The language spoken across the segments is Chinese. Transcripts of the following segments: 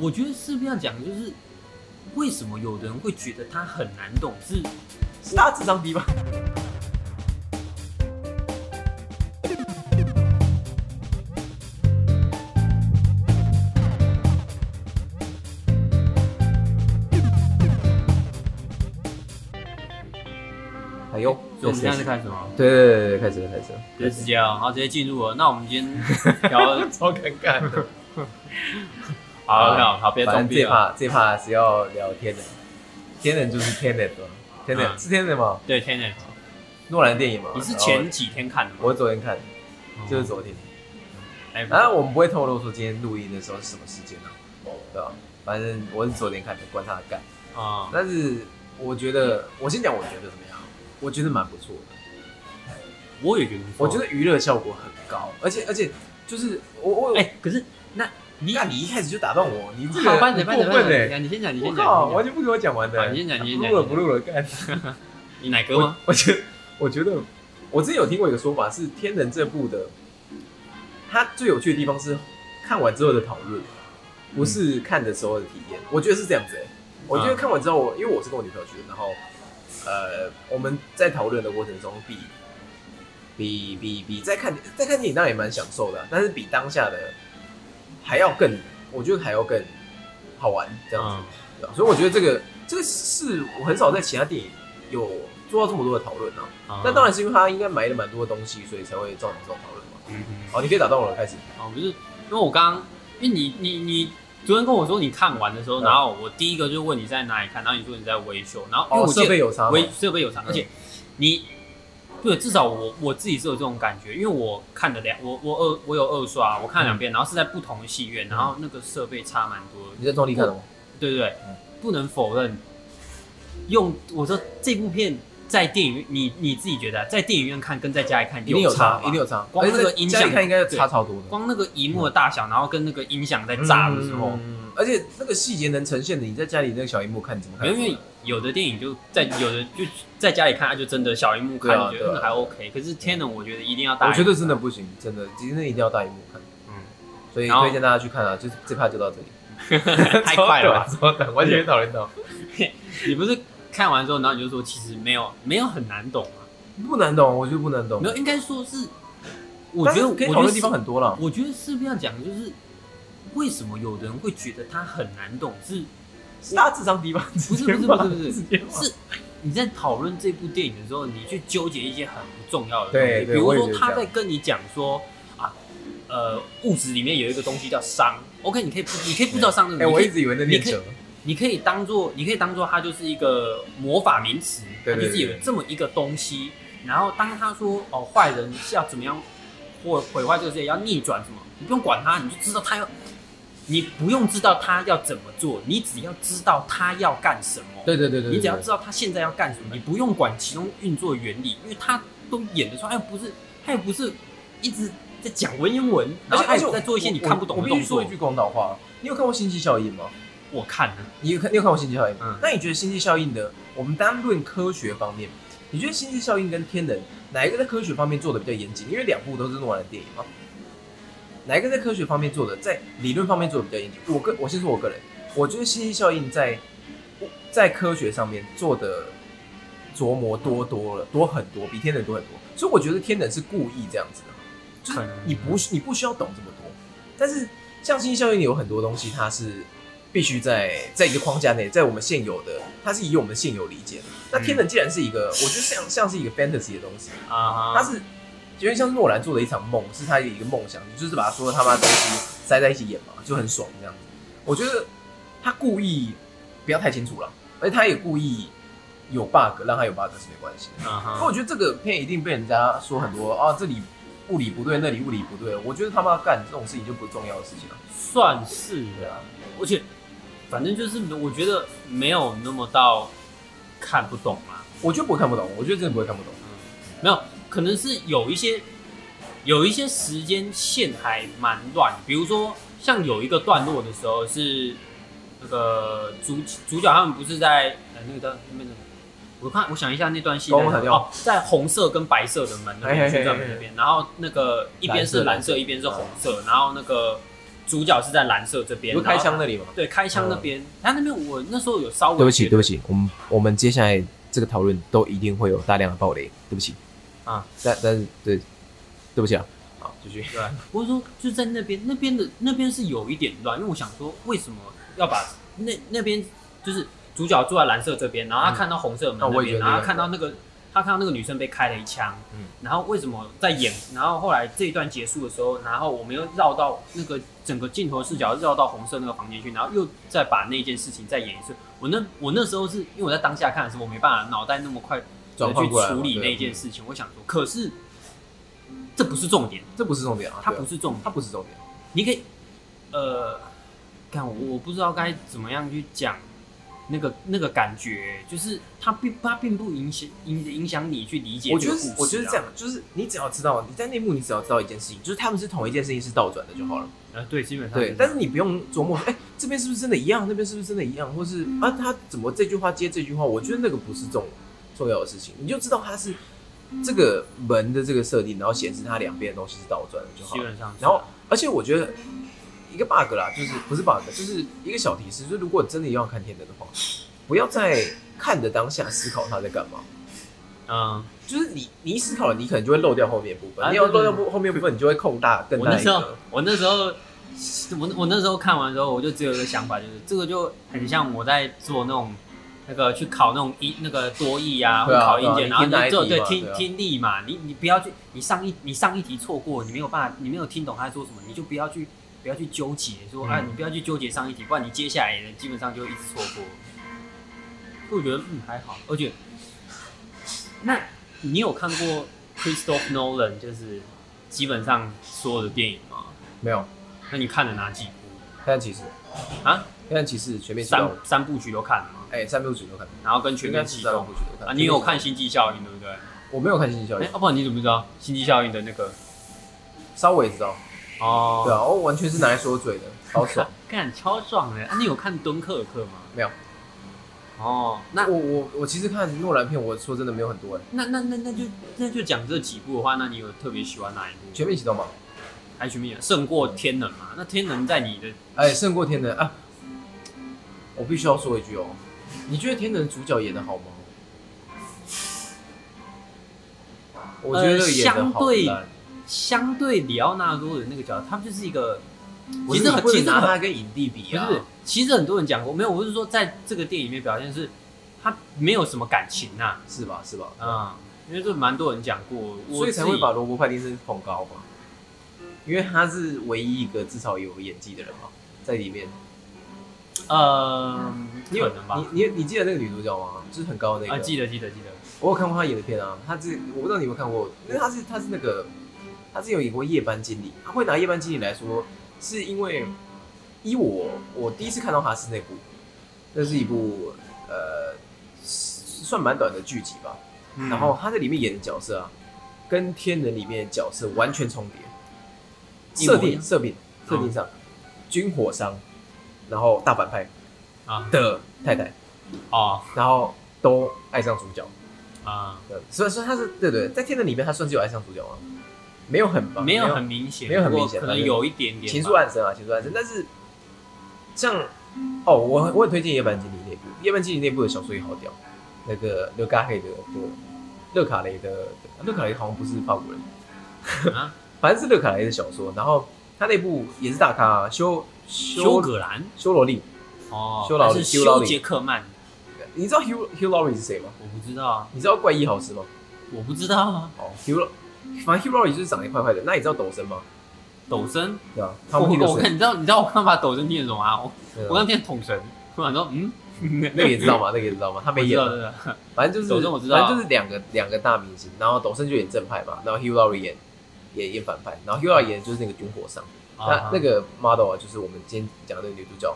我觉得是这样讲，就是为什么有的人会觉得他很难懂，是是他嗯智商低吧？哎呦，所以我们现在就开始吗？对对对对，开始了开始了，就直接啊，然后直接进入了。那我们今天聊，超尴尬的。 好，好，好，别反装正这逼啊了。怕这怕是要聊天的，天人就是天人了，天人嗯是天人吗？对 t e n 诺兰的电影嘛。你是然后前几天看的吗？哦我昨天看的，就是昨天。哎，啊，我们不会透露说今天录音的时候是什么时间啊，对吧、反正我是昨天看的，关他的干。啊，但是我觉得，我先讲我觉得怎么样？我觉得蛮不错的，我也觉得，啊我觉，得娱乐效果很高，而且而且就是我我哎，可是那你看你一开始就打断我，你这个好，慢你点，慢过点，分欸慢嘞！点，你先讲，你我先靠，讲，完全不给我讲完好的，你先讲你先不讲录了你先讲不录了，干。 你奶哥我吗？我觉得，我觉得，我之前有听过一个说法是，《天人》这部的，它最有趣的地方是看完之后的讨论，不是看的时候的体验。我觉得是这样子、欸。我觉得看完之后，我因为我是跟我女朋友去的，然后呃，我们在讨论的过程中比，比比比在看在看电影当然也蛮享受的啊、但是比当下的还要更，我觉得还要更好玩这样子。嗯，对啊所以我觉得这个这个是我很少在其他电影有做到这么多的讨论啊。那、当然，然是因为他应该埋了蛮多的东西，所以才会造成这种讨论嘛。嗯嗯好，你可以打断我了，开始。哦，不是，因为我刚刚，因为你你你昨天跟我说你看完的时候，嗯然后我第一个就问你在哪里看，然后你说你在维修，然后因为哦，我记设得备有差吗？嗯维设备有差，而且你对，至少我我自己是有这种感觉，因为我看了两，我我二我有二刷，我看了两嗯遍，然后是在不同的戏院，然后那个设备差蛮多的，你在中立看的吗？对对对嗯，不能否认，用我说这部片。在电影院，你你自己觉得在电影院看跟在家里看一定有差差吧，一定有差。光而且那个在音家响里看应该对差超多的。光那个荧幕的大小，然后跟那个音响在炸的时候，嗯，而且那个细节能呈现的，你在家里那个小荧幕看，你怎么看？因为有的电影就在有的就在家里看，它就真的小荧幕对看，啊你觉对啊嗯得还 OK。可是《天能》我觉得一定要大，我觉得真的，不行，真的，今天一定要大荧幕看。嗯，所以然后推荐大家去看啊，就是这趴就到这 里。 太快了吧？超啊短，超短，完全没讨论到。你不是看完之后，然后你就说其实没有没有很难懂啊，不难懂，我觉得不难懂没。有，应该说是，我但觉是得可以我讨觉论得的地方是很多了。我觉得是这样讲，就是为什么有的人会觉得它很难懂，是是他智商低吧？不是不是不是不是是，是你在讨论这部电影的时候，你去纠结一些很不重要的东西，对对比我如说也觉得他这样在跟你讲说啊，呃，物质里面有一个东西叫熵，OK，你可以不，你可以不知道熵是什哎，么，我你可一以直以为那念哲，你可以当做，你可以当做它就是一个魔法名词，对它对就是有对这么一个东西。然后当他说哦，坏人是要怎么样或毁坏这个世界，要逆转什么，你不用管他，你就知道他要，你不用知道他要怎么做，你只要知道他要干什么。对对对对，你只要对知道他现在要干什么，你不用管其中运作原理，因为他都演得出来，他又哎不是他又不是一直在讲文言文，而然且后他而且也我在做一些你我看不懂我的必动须说作一。句公道话，你有看过《星际效应》吗？我看了，你有看你有看过《星际效应》？嗯那你觉得《星际效应》的，我们单论科学方面，你觉得《星际效应》跟《天人》哪一个在科学方面做的比较严谨？因为两部都是诺兰的电影嘛，哪一个在科学方面做的，在理论方面做的比较严谨？我个我先说我个人，我觉得《星际效应》在在科学上面做的琢磨多多了，多很多，比《天人》多很多，所以我觉得《天人》是故意这样子的，就是你不是你不需要懂这么多，但是像《星际效应》里有很多东西，它是必须在在一个框架内，在我们现有的，它是以我们现有理解的。那天人既然是一个，我觉得像像是一个 fantasy 的东西，啊它是有点像诺兰做的一场梦，是他的一个梦想，就是把所有他妈的东西塞在一起演嘛，就很爽这样子。我觉得他故意不要太清楚了，而且他也故意有 bug，让他有 bug 是没关系的。啊那我哈，觉得这个片一定被人家说很多啊，这里物理不对，那里物理不对。我觉得他妈干这种事情就不是重要的事情了。算是对啊，而且反正就是我觉得没有那么到看不懂啊嘛，我就不会看不懂，我觉得真的不会看不懂。没有，可能是有一些有一些时间线还蛮乱，比如说像有一个段落的时候是那个主主角他们不是在呃那个叫那边的，我看我想一下那段戏在高空弹跳哦，在红色跟白色的门那哎哎边哎旋转门那边，然后那个一边是蓝蓝色色一边是红色，然后那个主角是在蓝色这边，不是开枪然后那里吗？对开枪那边，他那边我那时候有稍微对不觉起，对得不起，我们我们接下来这个讨论都一定会有大量的暴雷，对不起啊，但但是对，对不起啊，好，继续，对，我是说就在那边，那边的那边是有一点乱，因为我想说为什么要把那那边就是主角坐在蓝色这边，然后他看到红色门那那嗯哦我也边，觉得然后他看到那个他看到那个女生被开了一枪，嗯然后为什么在演，然后后来这一段结束的时候，然后我们又绕到那个整个镜头视角绕到红色那个房间去，然后又再把那件事情再演一次。我那我那时候是因为我在当下看的时候，我没办法脑袋那么快转去换过来处理对那件事情，我想说，可是这不是重点，这不是重点啊，它对啊不是重点。它不是重点，你可以，呃，看我我不知道该怎么样去讲那个那个感觉，就是它并它并不影响影影响你去理解我这觉个得故事、是啊。我觉得这样，就是你只要知道你在内幕，你只要知道一件事情，就是他们是同一件事情是倒转的就好了。呃，对，基本上对，这但样是你不用琢磨说，哎、这边是不是真的一样？那边是不是真的一样？或是嗯啊，他怎么这句话接这句话？我觉得那个不是重重要的事情，你就知道它是这个门的这个设定，然后显示它两边的东西是倒转的就好基了。本上是啊，然后，而且我觉得一个 bug 啦，就是不是 bug，就是一个小提示，就是如果真的要看天灯的话，不要在看的当下思考他在干嘛。嗯，就是你，你一思考了，你可能就会漏掉后面部分。啊你要对漏掉部后面部分，你就会空大更我大那一时候个。我那时候。我我那时候看完之后，我就只有一个想法，就是这个就很像我在做那种那个去考那种一那个多义啊，或对啊考对啊英检，你然后听哪你一就题对嘛听对啊听力嘛，你你不要去，你上一你上一题错过，你没有办法，你没有听懂他在说什么，你就不要去不要去纠结说，嗯哎、你不要去纠结上一题，不然你接下来的基本上就会一直错过。所以我觉得嗯还好，而且那你有看过 Christopher Nolan 就是基本上所有的电影吗？没有，那你看了哪几部？黑暗骑士啊，黑暗骑士全面启三动，三部曲都看了吗？哎，三部曲都看，然后跟全应该面是启三动部曲都看啊，你有看《星际效应》对不对？哎、我没有看《星际效应》，要不然你怎么知道《星际效应》的那个？稍微知道。哦，对啊，我完全是拿来说嘴 的，好爽。干超爽的、啊！你有看《敦刻尔克》吗？没有。哦，那那我我我其实看诺兰片，我说真的没有很多哎。那那那那就那就讲这几部的话，那你有特别喜欢哪一部？全面启动嘛，还全面胜过天能嘛？那天能在你的哎，胜过天能啊！我必须要说一句哦，你觉得天能主角演的好吗？我觉得演的呃相好对烂。相对里奥纳多的那个角色，他就是一个不其是实你很不其能实拿很他跟影帝比啊不。是，其实很多人讲过，没有，我是说在这个电影里面表现是，他没有什么感情呐、是吧？是吧？啊，嗯，因为这蛮多人讲过，我所以自才己会把罗伯·派丁森捧高嘛，因为他是唯一一个至少有演技的人嘛，在里面。呃，嗯你有可能吧，你你你记得那个女主角吗？就是很高的那啊，个。记得记得记得，我有看过她演的片啊，她是我不知道你有没有看过，因为她是她是那个她是有演过夜班经理，她会拿夜班经理来说，是因为依我我第一次看到她是那部，那是一部呃算蛮短的剧集吧，嗯然后他在里面演的角色啊，跟天人里面的角色完全重叠，一模设一定样设定设定上，军火商，然后大反派啊的太太，哦然后都爱上主角。啊，对所以说他是对对，在天人里面他算是有爱上主角吗？没有很吧，没有很明显，啊没有很不过明显可反能正有一点点情吧愫暗生啊，情愫暗生，但是像哦，我很我很推荐夜班经理那部，夜班经理那部的小说也好屌，那个勒卡黑的的勒卡雷的勒卡雷好像不是法国人。啊，反正是勒卡莱的小说，然后他那部也是大咖、啊，修修格兰修罗利，哦，修劳还是修劳修力杰克曼，你知道 Hugh Hugh Laurie 是谁吗？我不知道啊，你知道怪医好吃吗？我不知道啊，哦，Hugh，反正 Hugh Laurie 就是长得坏坏的。那你知道抖森吗？抖森，对吧？我汤姆我克看你知道你知道我刚把抖森念什么啊？我我刚念桶神，我想说嗯，啊那个也知道吗？那个也知道吗？他 我没知演道啊，真的。反正就是抖森我知道啊反正就是两个两个大明星，然后抖森就演正派嘛，然后 Hugh Laurie 演演演反派，然后 Hugh Laurie 演就是那个军火商。那啊那个 model 啊，就是我们今天讲的那个女主角，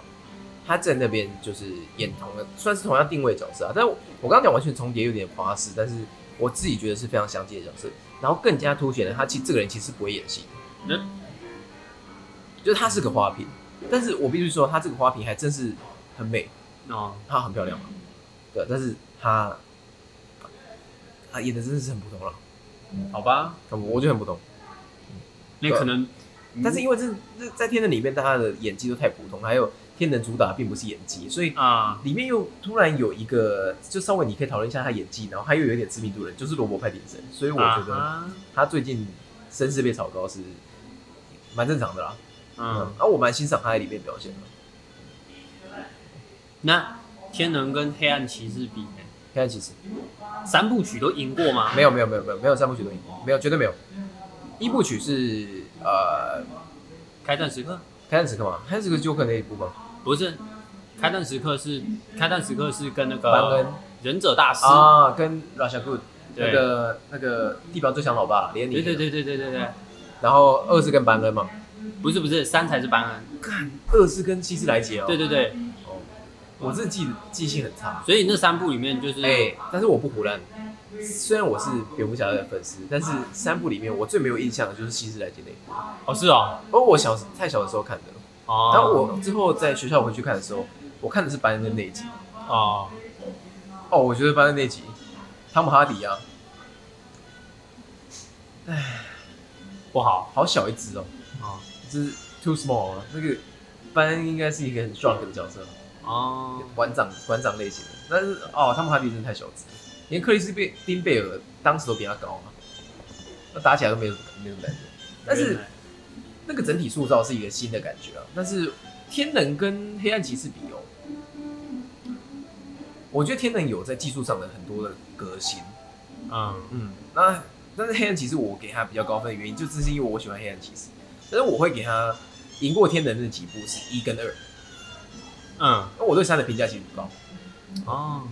她在那边就是演同的，算是同样定位角色啊。但我我刚刚讲完全重叠有点夸饰，但是我自己觉得是非常相近的角色，然后更加凸显了她其实这个人其实不会演戏，嗯就是她是个花瓶。但是我必须说，她这个花瓶还真是很美，哦，她很漂亮嘛，对，但是她她演的真的是很普通了，好吧，我觉得很普通。那可能嗯但是因为这这在天能里面，大家的演技都太普通，还有天能主打并不是演技，所以啊、里面又突然有一个，就稍微你可以讨论一下他演技，然后他又有一点知名度的人，就是罗伯·派廷森，所以我觉得啊他最近声势被炒高是蛮正常的啦。哈嗯，嗯，然后我蛮欣赏他在里面表现的。那天能跟黑暗骑士比呢，现在其实三部曲都赢过吗？没有没有没有没有没有三部曲都赢，没有绝对没有。一部曲是呃开战时刻开战时刻嘛，开战时刻是 Joker 那一部嘛，不是，开战时刻是开战时刻是跟那班个恩忍者大师，啊跟 Russia Good 那对个那个地表最强老爸连你，对对，对对对对对，然后二是跟班恩嘛，不是不是，三才是班恩，二是跟西斯莱杰哦，对对对，哦，我是记记性很差，所以那三部里面就是，哎、但是我不胡乱。虽然我是蝙蝠侠的粉丝，但是三部里面我最没有印象的就是西斯莱杰那一部，哦是哦，而我小太小的时候看的，哦，然后我之后在学校回去看的时候，我看的是班恩的那一集。哦，哦，我觉得班恩那集，汤姆哈迪啊，不好，好小一只哦，哦就是 too small 啊。那个班恩应该是一个很 strong 的角色，哦，馆长馆长类型的。但是哦，汤姆哈迪真的太小只了，连克里斯贝丁贝尔当时都比他高嘛，那打起来都没有没有感觉。但原是来那个整体塑造是一个新的感觉啊。但是天能跟黑暗骑士比哦，我觉得天能有在技术上的很多的革新。嗯嗯，那但是黑暗骑士我给他比较高分的原因，就只是因为我喜欢黑暗骑士，但是我会给他赢过天能的几部是一跟二，嗯那我对三的评价其实不高，哦，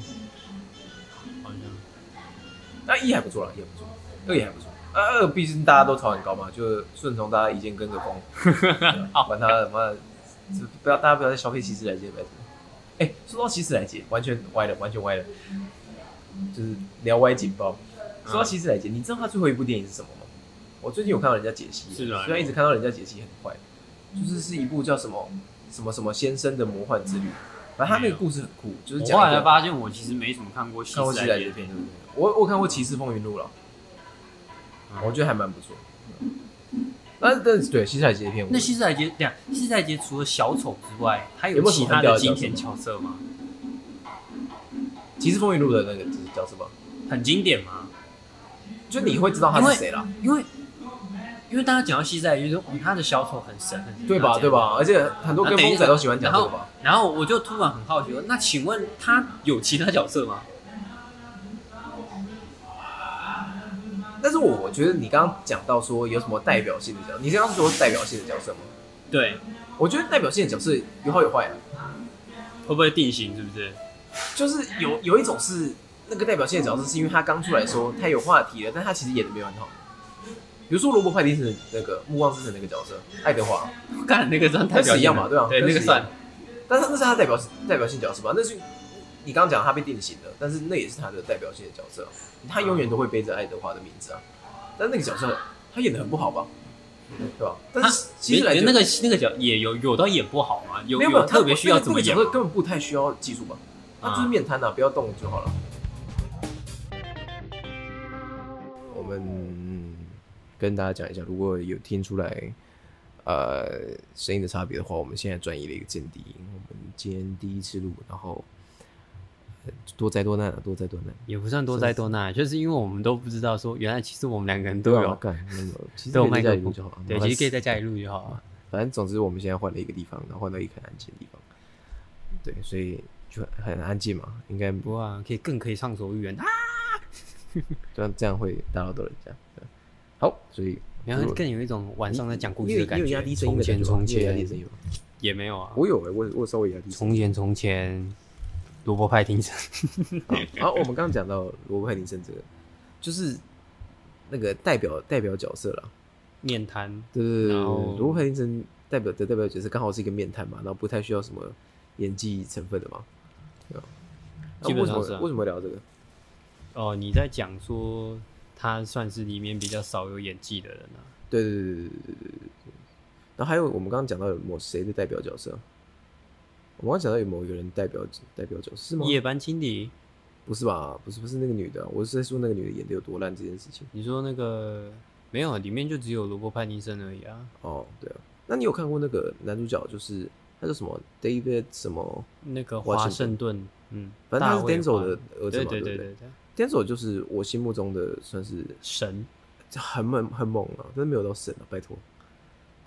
好像那一还不错啦，也不错，二也还不错。那二毕竟大家都炒很高嘛，就顺从大家意见跟个风， 对啊管他的妈的，就不要大家不要再消费骑士来接拜托。哎、说到骑士来接，完全歪了，完全歪了，就是聊歪警报。嗯说到骑士来接，你知道他最后一部电影是什么吗？我最近有看到人家解析，是啊哪一部虽然一直看到人家解析很坏，就是是一部叫什么什么什么先生的魔幻之旅，反正他那没个有故事很酷，就是我讲后一来个才发现我其实没什么看过西看过《斯西来杰的片，对不对？我我看过《骑士风云录》了，嗯我觉得还蛮不错。嗯但但是对《西来的片，我那西斯莱杰，等一下西斯莱杰除了小丑之外，还有没有什其么他很屌的的经典角色吗角色吗？ 《骑士风云录》的那个就是叫什么？很经典吗？就你会知道他是谁啦，因为因为大家讲到西斯莱杰，就说哦他的小丑很神，很神对吧？对？吧？而且很啊多跟风仔都喜欢讲然这个后吧。然后我就突然很好奇了，那请问他有其他角色吗？但是我我觉得你刚刚讲到说有什么代表性的角色，你刚刚说代表性的角色吗？对，我觉得代表性的角色有好有坏啊，会不会定型？是不是？就是有有一种是那个代表性的角色，是因为他刚出来的时候太有话题了，但他其实演的没有很好。比如说罗伯·派丁森的那个《暮光之城》那个角色哎爱德华，干那个算代表性那是一样嘛了对吧啊对，那那是个算但是那是他的代表代表性角色吧？那是你刚刚讲他被定型了，但是那也是他的代表性的角色，他永远都会背着爱德华的名字啊。但那个角色他演的很不好吧？对吧？但是其实来连讲那个那个角也有有到演不好吗？有没有没有特别需要这怎个么角演？色根本不太需要技术吧？他就是面瘫啊，不要动就好了。我们跟大家讲一下，如果有听出来呃声音的差别的话，我们现在转移了一个阵地。我们今天第一次录，然后呃多灾多难啊，多灾多难。也不算多灾多难，啊就是因为我们都不知道说，原来其实我们两个人都 对有啊，干，没有其实都有可麦以在克家里录风就好了。对，麻烦其实可以死在家里录就好啊了。反正总之我们现在换了一个地方，然后换到一个很安静的地方。对，所以就很安静嘛，应该不过啊，可以更可以畅所欲言啊！这样这样会打扰到人家。对好，所以然后更有一种晚上在讲故你事的有你感有觉压。低声音从的感前觉吗？从你有压低声音前吗？也没有啊。我有哎、我我稍微压低声音。从前从前，罗伯派廷森。然后我们刚刚讲到罗伯·派廷森这个，就是那个代表代表角色了。面瘫，对对对对对，然后罗伯·派廷森代表的代表角色刚好是一个面瘫嘛，然后不太需要什么演技成分的嘛。对啊。那基本为什上么是啊为什么聊这个？哦， 你在讲说他算是里面比较少有演技的人啊。对对对对对对对对。然后还有我们刚刚讲到有某谁的代表角色？我们刚刚讲到有某一个人代表代表角色是吗？夜班经理，啊不是吧？不是不是那个女的，我是在说那个女的演的有多烂这件事情。你说那个没有啊，里面就只有罗伯·派丁森而已啊。哦，对啊。那你有看过那个男主角就是他叫什么 David 什么？那个华华盛盛顿，嗯，反正他是大卫 Denzel 华的儿子对嘛，对不对对对， Denzel 就是我心目中的算是神，很猛很猛啊，真的没有到神啊，拜托。哦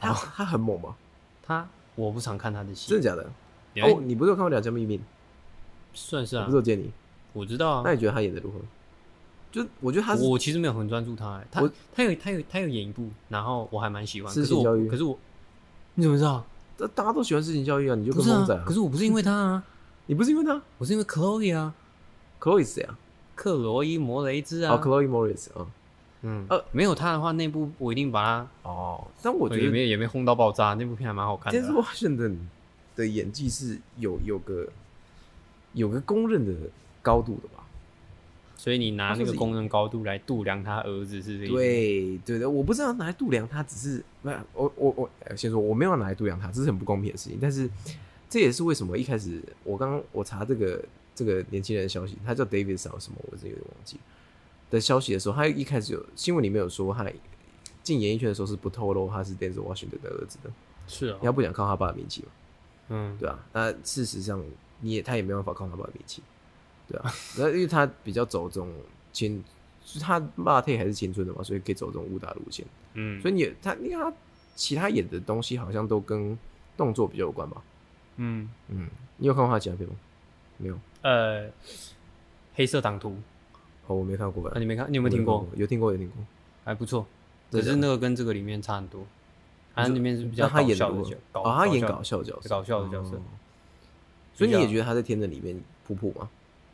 他他很猛吗？他我不常看他的戏，真的假的？因为哦，你不是有看过《两家秘密》？算是我啊不是，有见你？我知道那啊，你觉得他演的如何？就我觉得他是我其实没有很专注他、欸，他我他有他有他有演一部，然后我还蛮喜欢，私可是信教我育可是我你怎么知道？大大家都喜欢事情教育啊，你就不跟是风啊仔、啊，可是我不是因为他啊，你不是因为他我是因为 Chloe 啊， ，Chloe 谁啊？克罗伊摩雷兹啊，哦，Chloe Morris 啊，嗯，呃没有他的话，那部我一定把它哦，但我觉也得没也没轰到爆炸，那部片还蛮好看的 Denzel 啊。 Washington 的演技是有有个有个公认的高度的吧？所以你拿他那算个是工人高度来度量他儿子是这个意思对对对，我不是要拿来度量他，只是不，我我我呃先说我没有要拿来度量他，这是很不公平的事情。但是这也是为什么一开始我刚刚我查这个这个年轻人的消息，他叫 David 什么什么，我真的有点忘记的消息的时候，他一开始有新闻里面有说他进演艺圈的时候是不透露他是 Denzel Washington 的儿子的，是因为哦，他不想靠他爸的名气嘛，嗯，对啊，那事实上你也他也没办法靠他爸的名气，对啊，那因为他比较走这种青，就是他爸退还是青春的嘛，所以可以走这种武打路线。嗯，所以以你也他你看他其他演的东西好像都跟动作比较有关吧？嗯嗯，你有看过他其他片吗？没有，呃，黑色党徒哦，我没看过吧啊，？你没看，你有有没有听过？？有听过，有听过。还不错，真可的是那个跟这个里面差很多，它你说里面是比较那他搞演的笑的如何角，搞哦，他演搞搞笑笑角色，搞笑的角色哦。所以你比较也觉得他在《天能》里面普普吗？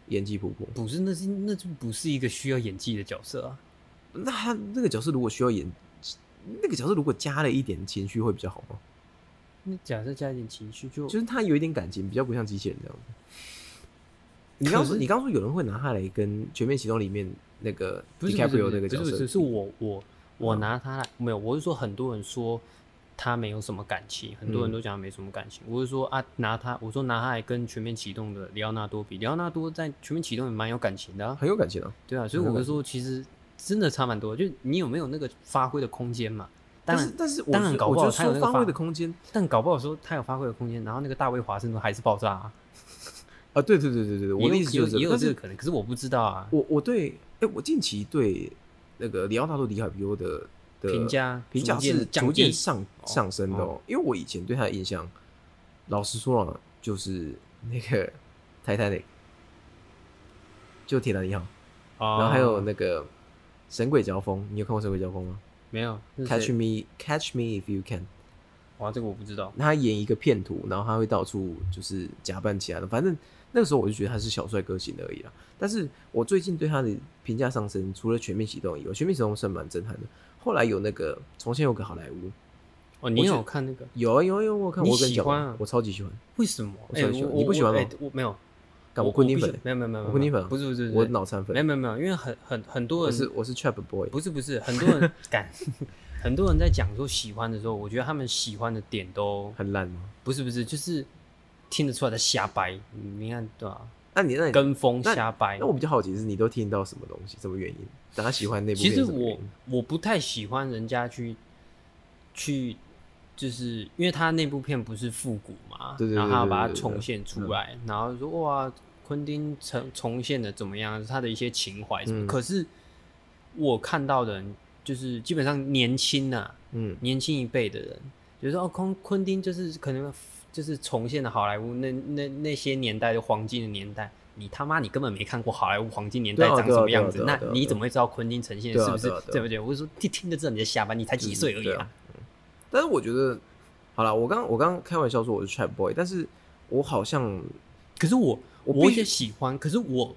演技普普？不是，那是那就不是一个需要演技的角色啊。那他那个角色如果需要演，那个角色如果加了一点情绪会比较好吗？那假设加一点情绪就就是他有一点感情，比较不像机器人这样子。你刚可说，是你刚说有人会拿他来跟《全面启动》里面那个不是不是不 DiCaprio 那是个角不是色不是，是我我我嗯拿他来没有，我是说很多人说他没有什么感情，很多人嗯都讲他没什么感情。我是说啊，拿他，我说拿他来跟全面启动的里奥纳多比，里奥纳多在全面启动也蛮有感情的、啊，很有感情啊。对啊，所以很有我就感说其实真的差蛮多，就你有没有那个发挥的空间嘛？当但然是，但是我当然是搞我不好就他有那说个发挥发的空间但搞不好说他有发挥的空间，然后那个大卫华盛顿还是爆炸、啊，啊，对对对对对对，我的也意有思就是也个，有但这个是可能，可是我不知道啊。我我对哎，我近期对那个里奥纳多·迪卡比欧的的评价评价逐渐是降逐渐低上上升的哦，因为我以前对他的印象，老实说啊，就是那个《 泰坦尼克》，就《铁达尼号》，然然后还有那个《神鬼交锋》，你有看过《神鬼交锋》吗没有？Catch me, catch me if you can。哇，这个我不知道。哦他演一个骗徒，然后他会到处就是假扮其他的。反正那个时候我就觉得他是小帅哥型的而已啦。但是我最近对他的评价上升，除了《全面启动》以外，《全面启动》算蛮震撼的。后来有那个《从前有个好莱坞》，哦，你我觉有得看那个？有啊有啊有啊，我有看你我跟你讲喜欢过啊我超级喜欢。为什么？我哎，超喜欢我你不喜欢我吗哎我没有，干我昆汀不粉喜，没有没有没有，没有我昆汀粉啊不是不是，不是我脑残没有粉，没有没有，因为很很很多我人是我是 trap boy。不是不是很多人 敢，很多人在讲说喜欢的时候，我觉得他们喜欢的点都很烂吗？不是不是，就是听得出来在瞎掰。你看对吧？那你那你跟风瞎掰那。我比较好奇的是，你都听到什么东西？什么原因？大家喜欢那部其片实是什么原我因？我不太喜欢人家去去，就是因为他那部片不是复古嘛，对对对然后他要把它对对对嗯重现出来，然后说哇，昆汀重重现的怎么样？他的一些情怀什么？嗯可是我看到的人就是基本上年轻啊呐、嗯，年轻一辈的人，就是说哦，昆昆汀就是可能就是重现了好莱坞那那那些年代的黄金的年代。你他妈，你根本没看过好莱坞黄金年代对啊长对啊什么样子，对啊对那啊对啊你怎么会知道昆汀呈现对的啊是不是对啊对啊对不对？我就说听听得知道你在瞎掰，你才几岁而已对啊啊！但是我觉得，好了，我刚我刚开玩笑说我是 trap boy，但是我好像可是我我我必须嗯也喜欢，可是我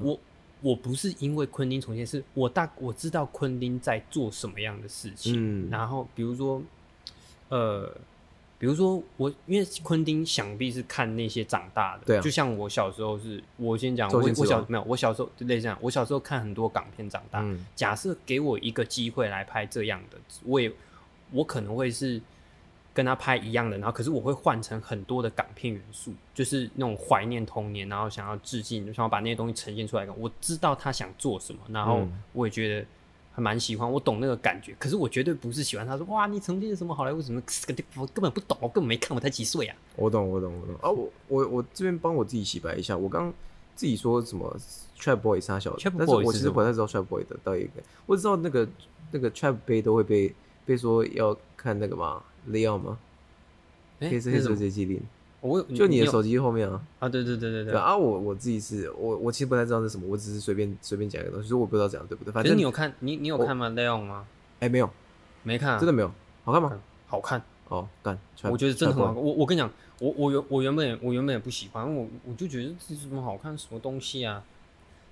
我我不是因为昆汀重现，是我大我知道昆汀在做什么样的事情，嗯然后比如说，呃，比如说我，因为昆汀想必是看那些长大的，对啊就像我小时候是，我先讲，周我星驰我小吗没有，我小时候就类似这样，我小时候看很多港片长大。嗯假设给我一个机会来拍这样的，我也我可能会是跟他拍一样的，然后可是我会换成很多的港片元素，就是那种怀念童年，然后想要致敬，想要把那些东西呈现出来。我知道他想做什么，然后嗯我也觉得还蛮喜欢，我懂那个感觉。可是我绝对不是喜欢他说哇，你曾经是什么好莱坞什么，我根本不懂，我根本没看，我才几岁啊。我懂，我懂，我懂。啊，我我我这边帮我自己洗白一下，我刚自己说什么 trap boy 杀小的 Trap 但是 boy 我是其什实么不太知道 trap boy 的到底一个，我只知道那个那个 trap 杯都会被被说要看那个嘛 Leon 吗？哎黑色那黑是什色么嗯这机灵，我就你的有手机后面啊。啊，对对对对对对。啊，我我自己是我我其实不太知道是什么，我只是随便随便讲一个东西，所以我不知道讲对不对。反可是正你有看你你有看吗？Leon 吗？哎没有，没看、啊，真的没有，好看吗看？好看。哦，干，我觉得真的很好看。看。我我跟你讲，我我原我原本也我原本也不喜欢，我我就觉得这什么好看什么东西啊，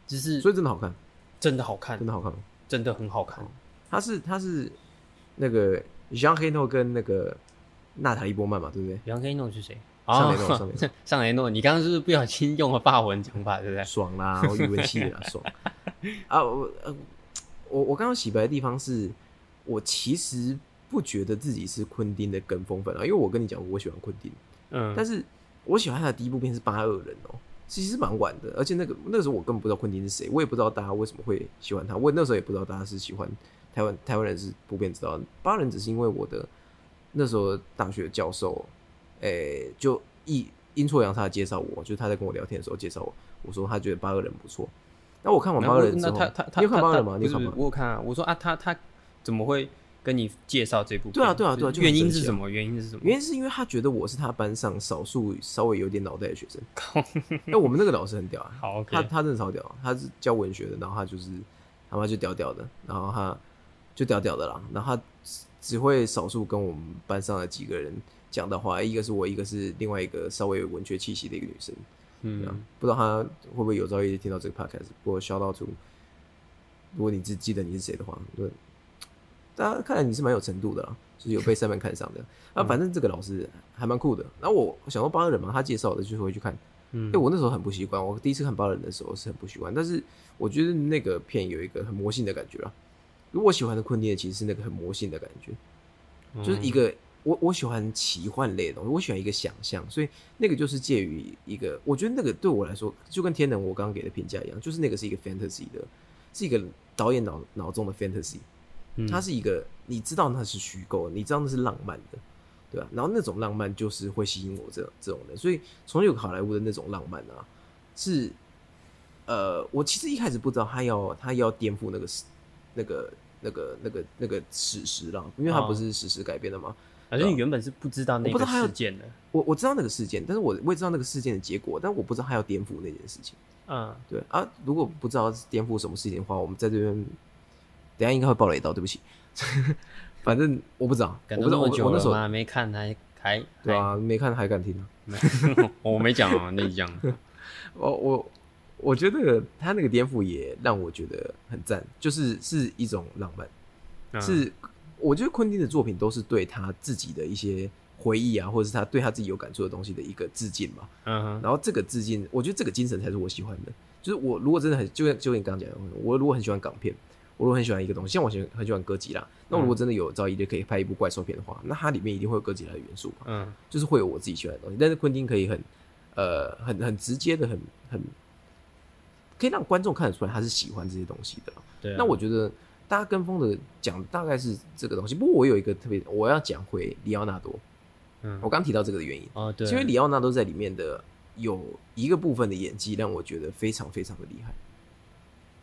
就是所以真哦的好看，真的好看真，的好看。真的很好看。他是他是那个 Jean Reno 跟那个娜塔莉波曼嘛，对不对？杨黑诺是谁？上啊雷诺上雷诺， 上雷诺，你刚刚是不是不小心用了法文讲法，对不对？爽啦，我语文系的啦， 爽啊！我呃我我刚刚洗白的地方是，我其实不觉得自己是昆汀的跟风粉啊，因为我跟你讲，我喜欢昆汀，嗯，但是我喜欢他的第一部片是《八二人》哦，其实蛮晚的，而且那个那个时候我根本不知道昆汀是谁，我也不知道大家为什么会喜欢他，我那时候也不知道大家是喜欢台湾台湾人是普遍知道的，八二人只是因为我的那时候大学教授，诶、就一阴错阳差的介绍我，就是他在跟我聊天的时候介绍我，我说他觉得八二人不错，那我看完那八我二人之那后他他，他你有看他八二人他吗？你不有是看不吗是？我有看啊。我说啊，他他怎么会跟你介绍这部片？对啊对啊对啊就就很原因神是奇啊什么？原因是什么？原因是因为他觉得我是他班上少数稍微有点脑袋的学 生，那我们那个老师很屌啊，好，OK，他他真的超屌，他是教文学的，然后他就是他妈就屌屌的，然后他就屌屌的啦，然后他只只会少数跟我们班上的几个人讲的话，一个是我，一个是另外一个稍微有文学气息的一个女生，对啊嗯，不知道她会不会有朝一日听到这个 podcast，不过 shout out to，如果你只记得你是谁的话，对，大家看来你是蛮有程度的啦，就是有被三门看上 的，嗯啊，反正这个老师还蛮酷的，然后我想说八个人嘛，他介绍的就是回去看。嗯因为我那时候很不习惯，我第一次看《八人》的时候是很不习惯，但是我觉得那个片有一个很魔性的感觉啊。如果我喜欢的昆汀，其实是那个很魔性的感觉，嗯就是一个我我喜欢奇幻类的东西，我喜欢一个想象，所以那个就是介于一个，我觉得那个对我来说就跟《天能》我刚刚给的评价一样，就是那个是一个 fantasy 的，是一个导演脑脑中的 fantasy，嗯它是一个你知道那是虚构的，你知道那是浪漫的，对吧、然后那种浪漫就是会吸引我这这种人，所以从有好莱坞的那种浪漫啊，是呃，我其实一开始不知道他要他要颠覆那个史那个那个那个那个史实啦，因为他哦不是史实改编的嘛。反正你原本是不知道那我不个知道他有事件的，我我知道那个事件，但是我我也知道那个事件的结果，但我不知道他要颠覆那件事情。嗯，对啊，如果不知道颠覆什么事情的话，我们在这边等一下应该会爆雷到，对不起。 反正我不知道，我感不动那知道，我么久我那时了候吗？没看还还对啊，没看还敢听啊。还 我没讲啊，你讲，我我我觉得他那个颠覆也让我觉得很赞，就是是一种浪漫。嗯 是我觉得昆汀的作品都是对他自己的一些回忆啊，或者是他对他自己有感触的东西的一个致敬嘛。嗯哼，然后这个致敬，我觉得这个精神才是我喜欢的。就是我如果真的很，就像就像你刚刚讲的，我如果很喜欢港片，我如果很喜欢一个东西，像我喜欢很喜欢哥吉拉，那我如果真的有朝一日可以拍一部怪兽片的话，那它里面一定会有哥吉拉的元素嘛，嗯就是会有我自己喜欢的东西。但是昆汀可以很，呃，很很直接的，很很可以让观众看得出来他是喜欢这些东西的。对啊，那我觉得大家跟风的讲大概是这个东西。不过我有一个特别，我要讲回里奥纳多，嗯我刚提到这个的原因。哦对，是因为里奥纳多在里面的有一个部分的演技让我觉得非常非常的厉害，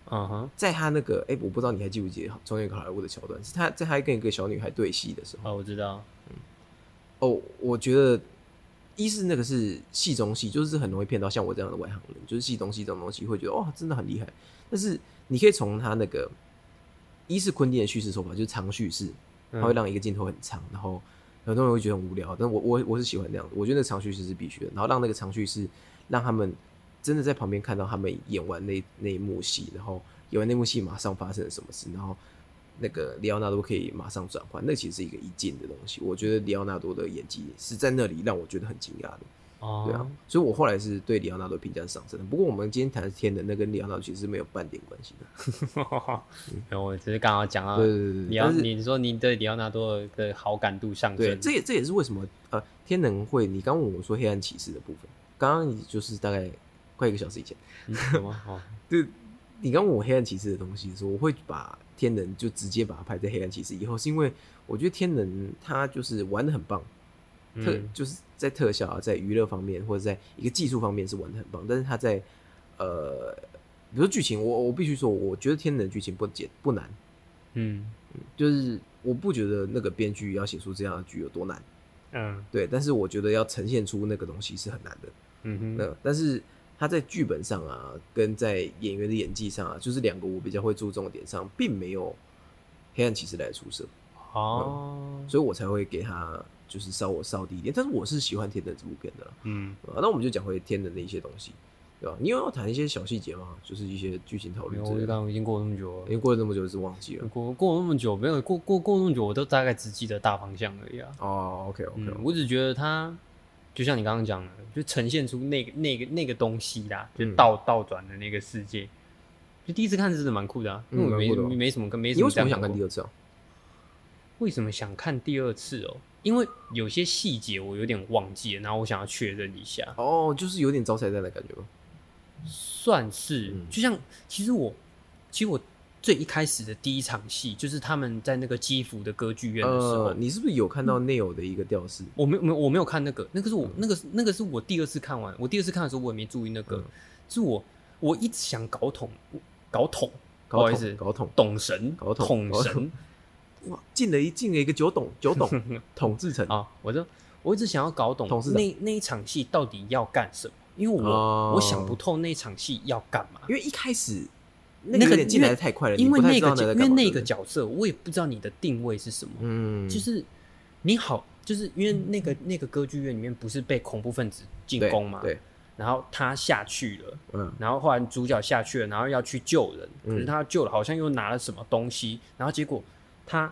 嗯哼，在他那个哎、我不知道你还记不记得《中间好莱坞》的桥段，是他在他跟一个小女孩对戏的时候，哦我知道，哦，我觉得一是那个是戏中戏，就是很容易骗到像我这样的外行人，就是戏中戏这种东西会觉得哇，真的很厉害。但是你可以从他那个一是昆汀的叙事手法，就是长叙事，嗯它会让一个镜头很长，然后很多人会觉得很无聊，但我我我是喜欢那样的，我觉得那长叙事是必须的，然后让那个长叙事让他们真的在旁边看到他们演完那那一幕戏，然后演完那幕戏马上发生了什么事，然后那个里奥纳多可以马上转换，那其实是一个一镜的东西，我觉得里奥纳多的演技是在那里让我觉得很惊讶的。哦对 啊，，所以我后来是对里奥纳多评价是上升的。不过我们今天谈的天的那跟里奥纳多其实是没有半点关系的。然后我只是刚好讲到对对对里对，奥，但是啊你说你对里奥纳多的好感度上对，升，这也这也是为什么呃，天能会你刚问我说黑暗骑士的部分，刚刚就是大概快一个小时以前， 嗯什么？哦，对你刚问我黑暗骑士的东西的时候，我会把天能就直接把它排在黑暗骑士以后，是因为我觉得天能他就是玩的很棒，特、嗯就是在特效啊，在娱乐方面或者在一个技术方面是玩的很棒，但是他在呃，比如说剧情，我我必须说，我觉得天能的剧情不简不难，嗯就是我不觉得那个编剧要写出这样的剧有多难，嗯对，但是我觉得要呈现出那个东西是很难的。嗯哼，那但是他在剧本上啊，跟在演员的演技上啊，就是两个我比较会注重的点上，并没有黑暗骑士来的出色，哦，所以我才会给他就是稍我稍低一点。但是我是喜欢天能这部片的啦、嗯啊那我们就讲回天能的一些东西，对吧？你有要谈一些小细节吗？就是一些剧情讨没有，论之我类就的。当已经过了那么久因为了，过了这么久是忘记了。过过了那么久，没有过过过那么久，我都大概只记得大方向而已啊。哦，OK OK，、嗯，我只觉得它就像你刚刚讲的，就呈现出那个那个那个东西啦，就嗯倒、倒转的那个世界。就第一次看真的蛮酷的啊，因为嗯我没、蛮酷的哦没什么跟没什你么。为什么想看第二？二次啊？为什么想看第二次哦？因为有些细节我有点忘记了，然后我想要确认一下。哦，就是有点招彩蛋的感觉吗？算是，嗯就像其实我，其实我最一开始的第一场戏就是他们在那个基辅的歌剧院的时候，呃，你是不是有看到内友的一个调式？我没有没有我没有看那个，那个是嗯我那个是那个是我第二次看完，我第二次看的时候我也没注意那个，嗯是我我一直想搞懂搞懂，不搞好意思桶，搞桶，懂神搞懂搞统神懂哇，进了一进了一个九 董九董统志成啊，我就我一直想要搞懂董事长那那一场戏到底要干什么，因为我、哦我想不透那一场戏要干嘛。因为一开始那那个个有点进来因为得太快了，因为你不太那知个道角在因干嘛为那个对不对角色，我也不知道你的定位是什么，嗯，就是你好，就是因为那个那个歌剧院里面不是被恐怖分子进对攻嘛，对，然后他下去了，嗯然后后来主角下去了，然后要去救人，嗯可是他救了，好像又拿了什么东西，然后结果他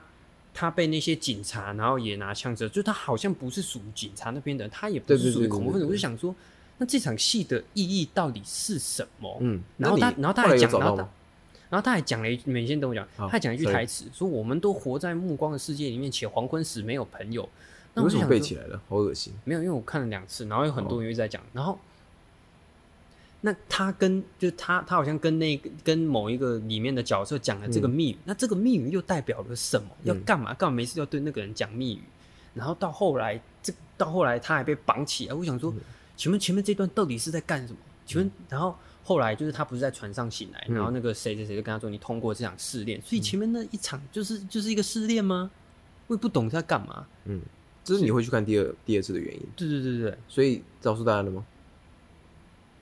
他被那些警察，然后也拿枪支，就他好像不是属于警察那边的人，他也不对是对属于对对恐怖分子。对对我就想说，那这场戏的意义到底是什么？嗯，然后那他你然后他后来还有讲，找然到后他吗？然后他还讲了一，你们先等我讲，好他还讲了一句 sorry 台词，说我们都活在目光的世界里面，且黄昏时没有朋友。你那我为什就么想背说起来了？好恶心，没有，因为我看了两次，然后有很多人一直在讲，然后那他跟就是他他好像跟那个跟某一个里面的角色讲了这个密语，那这个密语又代表了什么？要干嘛干嘛？没事要对那个人讲密语，然后到后来这到后来他还被绑起来，我想说，请问前面这段到底是在干什么？请问，然后后来就是他不是在船上醒来，嗯然后那个谁谁谁就跟他说你通过这场试炼，所以前面那一场就是就是一个试炼吗？我也不懂在干嘛。嗯，这是你会去看第二第二次的原因，对对对对，所以告诉大家了吗？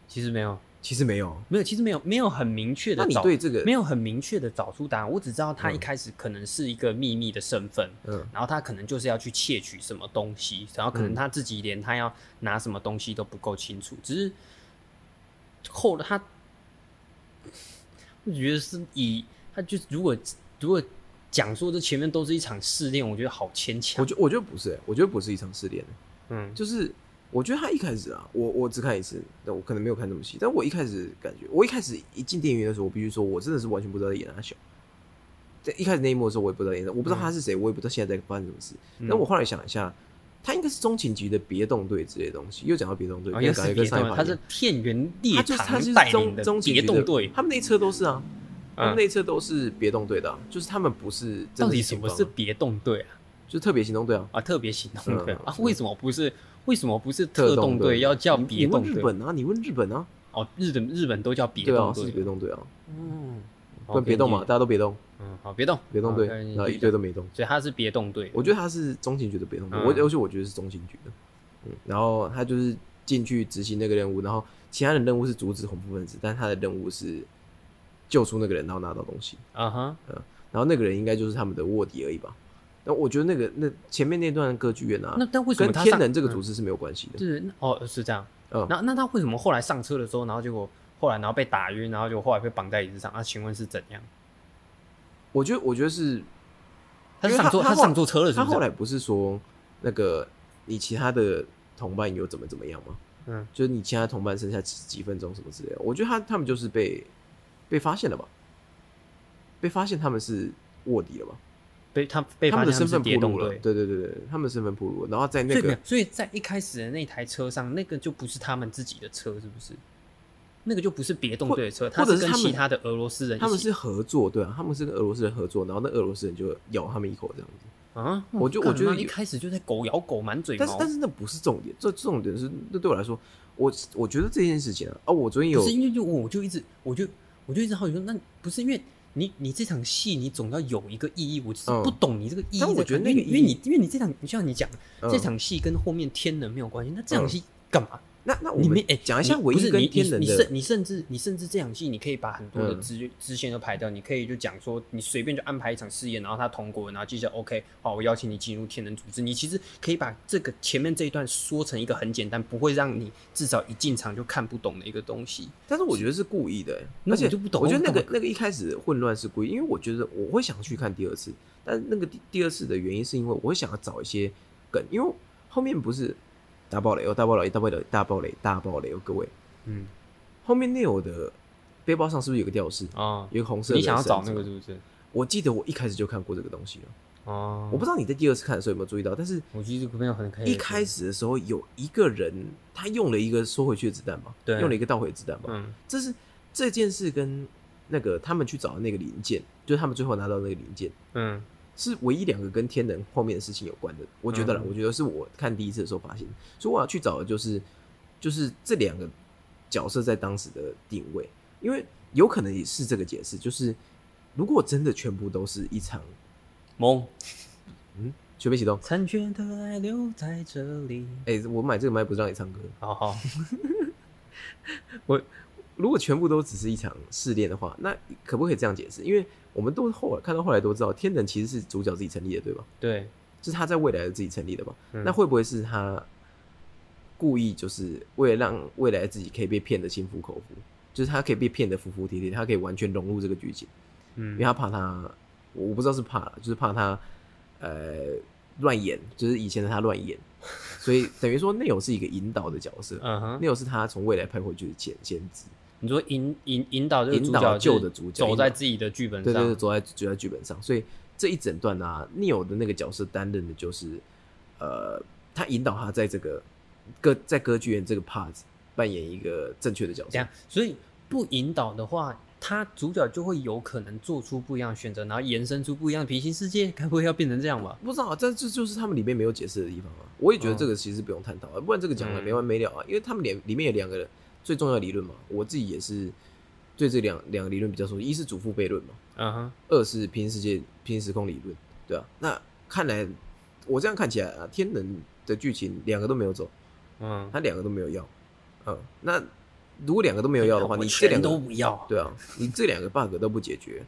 其实没有。其实没有，没有，其实没有没有很明确那的你找，对这个没有很明确的找出答案。我只知道他嗯一开始可能是一个秘密的身份，嗯然后他可能就是要去窃取什么东西，然后可能嗯他自己连他要拿什么东西都不够清楚，只是后来他，我觉得是以他就如果如果讲说这前面都是一场试炼，我觉得好牵我强。觉我觉得不是、欸，我觉得不是一场试炼、嗯就是我觉得他一开始啊，我我只看一次，但我可能没有看那么细，但我一开始感觉，我一开始一进电影院的时候，我必须说我真的是完全不知道在演哪小。在一开始那一幕的时候，我也不知道演哪，我不知道他是谁，我也不知道现在在发生什么事。嗯但我后来想一下，他应该是中情局的别动队之类的东西，又讲到别动队，啊，那又感觉是跟别上一动，趴他一是样片源立他就是他场就是带领中的中情别局的动队，他们那一车都是啊，他们嗯那一车都是别动队的啊、就是他们不是真到的底什警么方啊是别动队啊？就是特别行动队啊。啊，特别行动队、嗯啊？为什么不是？为什么不是特动队？要叫你别你问动日队？本啊，你问日本啊，哦，日本日本都叫别对啊，动是队。别动队啊，嗯，不然别动嘛，大。家都别动。嗯，好，别动，别动队，好然后一堆。都没动。所以他是别动队。我觉得他是中情局的别动队，嗯我而且我觉得是中情局的。嗯，然后他就是进去执行那个任务，然后其他的任务是阻止恐怖分子，但他的任务是救出那个人，然后拿到东西。啊哈，然后那个人应该就是他们的卧底而已吧？那我觉得那个那前面那段歌剧院啊，那但为什跟么他天上能这个嗯组织是没有关系的。就是那哦是这样。嗯，那那他为什么后来上车的时候，然后结果后来然后被打晕，然后就后来被绑在椅子上啊？请问是怎样？我觉得我觉得是他是因为上错他他后上错车了是他不后是？来不是说那个你其他的同伴有怎么怎么样吗？嗯，就是你其他同伴剩下几几分钟什么之类的，我觉得他他们就是被被发现了吧，被发现他们是卧底了吧，被他被他发们现的他们身是份别暴动露了，队。对对对对，他们身份暴露了，然后在那所以没有个，所以在一开始的那台车上，那个就不是他们自己的车，是不是？那个就不是别动队的车，或它者是是跟他们其他的俄罗斯人一起，他们是合作，对啊，他们是跟俄罗斯人合作，然后那俄罗斯人就咬他们一口这样子。啊，我就干我觉得嘛一有开始就在狗咬狗满嘴但是毛，但是那不是重点，这这重点是那对我来说，我我觉得这件事情啊，哦，我昨天有不是因为就我就一直我就我就一直好奇说，那不是因为你你这场戏你总要有一个意义，我就是嗯不懂你这个意义在但干。我觉得那因个为意因义为你因为你这场就像你讲、嗯这场戏跟后面天人没有关系，那这场嗯戏干嘛？那那我你们们哎讲一下你唯不一是跟你天人你你的甚，你甚至你甚至这场戏你可以把很多的嗯支支线都排掉，你可以就讲说你随便就安排一场试验，然后他通过，然后接下来 OK，好，我邀请你进入天人组织，你其实可以把这个前面这一段说成一个很简单，不会让你至少一进场就看不懂的一个东西。但是我觉得是故意的、欸，那而且我就不懂我觉得那个干嘛那个一开始混乱是故意，因为我觉得我会想去看第二次，但那个第第二次的原因是因为我会想要找一些梗，因为后面不是大爆雷哦，大爆雷，大爆雷，大爆雷，大爆雷哦，各位，嗯后面 Neo 的背包上是不是有个吊饰，啊，有一个红色的？你想要找那个是？不是？我记得我一开始就看过这个东西了，哦，我不知道你在第二次看的时候有没有注意到，但是我记得这个朋友很可以一开，始的时候有一个人他用了一个缩回去的子弹吧，对用了一个倒回的子弹吧，嗯这是这件事跟那个他们去找的那个零件，就是他们最后拿到那个零件，嗯是唯一两个跟天能后面的事情有关的。我觉得啦，嗯我觉得是我看第一次的时候发现的，所以我要去找的就是就是这两个角色在当时的定位，因为有可能也是这个解释，就是如果真的全部都是一场梦，全面启动，残缺的爱留在这里。哎、我买这个麦不是让你唱歌，好好，如果全部都只是一场试炼的话，那可不可以这样解释？因为我们都后来看到后来都知道，天能其实是主角自己成立的，对吧？对，是他在未来自己成立的吧？嗯那会不会是他故意就是为了让未来自己可以被骗的心服口服，就是他可以被骗的服服帖帖，他可以完全融入这个剧情，因嗯为他怕他，我我不知道是怕了，就是怕他呃乱演，就是以前的他 乱演，所以等于说内友是一个引导的角色，嗯哼内，友是他从未来拍回去的前先知，你说引引引导这个引主导角旧就是的主角走引在导自己的剧本对对对，上，走在走在剧本上，所以这一整段啊，Neo 的那个角色担任的就是，呃，他引导他在这个歌在歌剧院这个 part 扮演一个正确的角这色样，，所以不引导的话，他主角就会有可能做出不一样的选择，然后延伸出不一样的平行世界，该不会要变成这样吧？不知道啊，但这就是他们里面没有解释的地方啊。我也觉得这个其实不用探讨啊，不然这个讲了哦嗯没完没了啊，因为他们里里面有两个最重要的理论嘛，我自己也是对这两两个理论比较熟悉，一是祖父悖论嘛，嗯哼，二是平行世界、平行时空理论，对啊。那看来我这样看起来啊，天能的剧情两个都没有走，嗯，他两个都没有要，嗯，那如果两个都没有要的话，哎我你这全两都个不要，对啊，你这两个 bug 都不解决，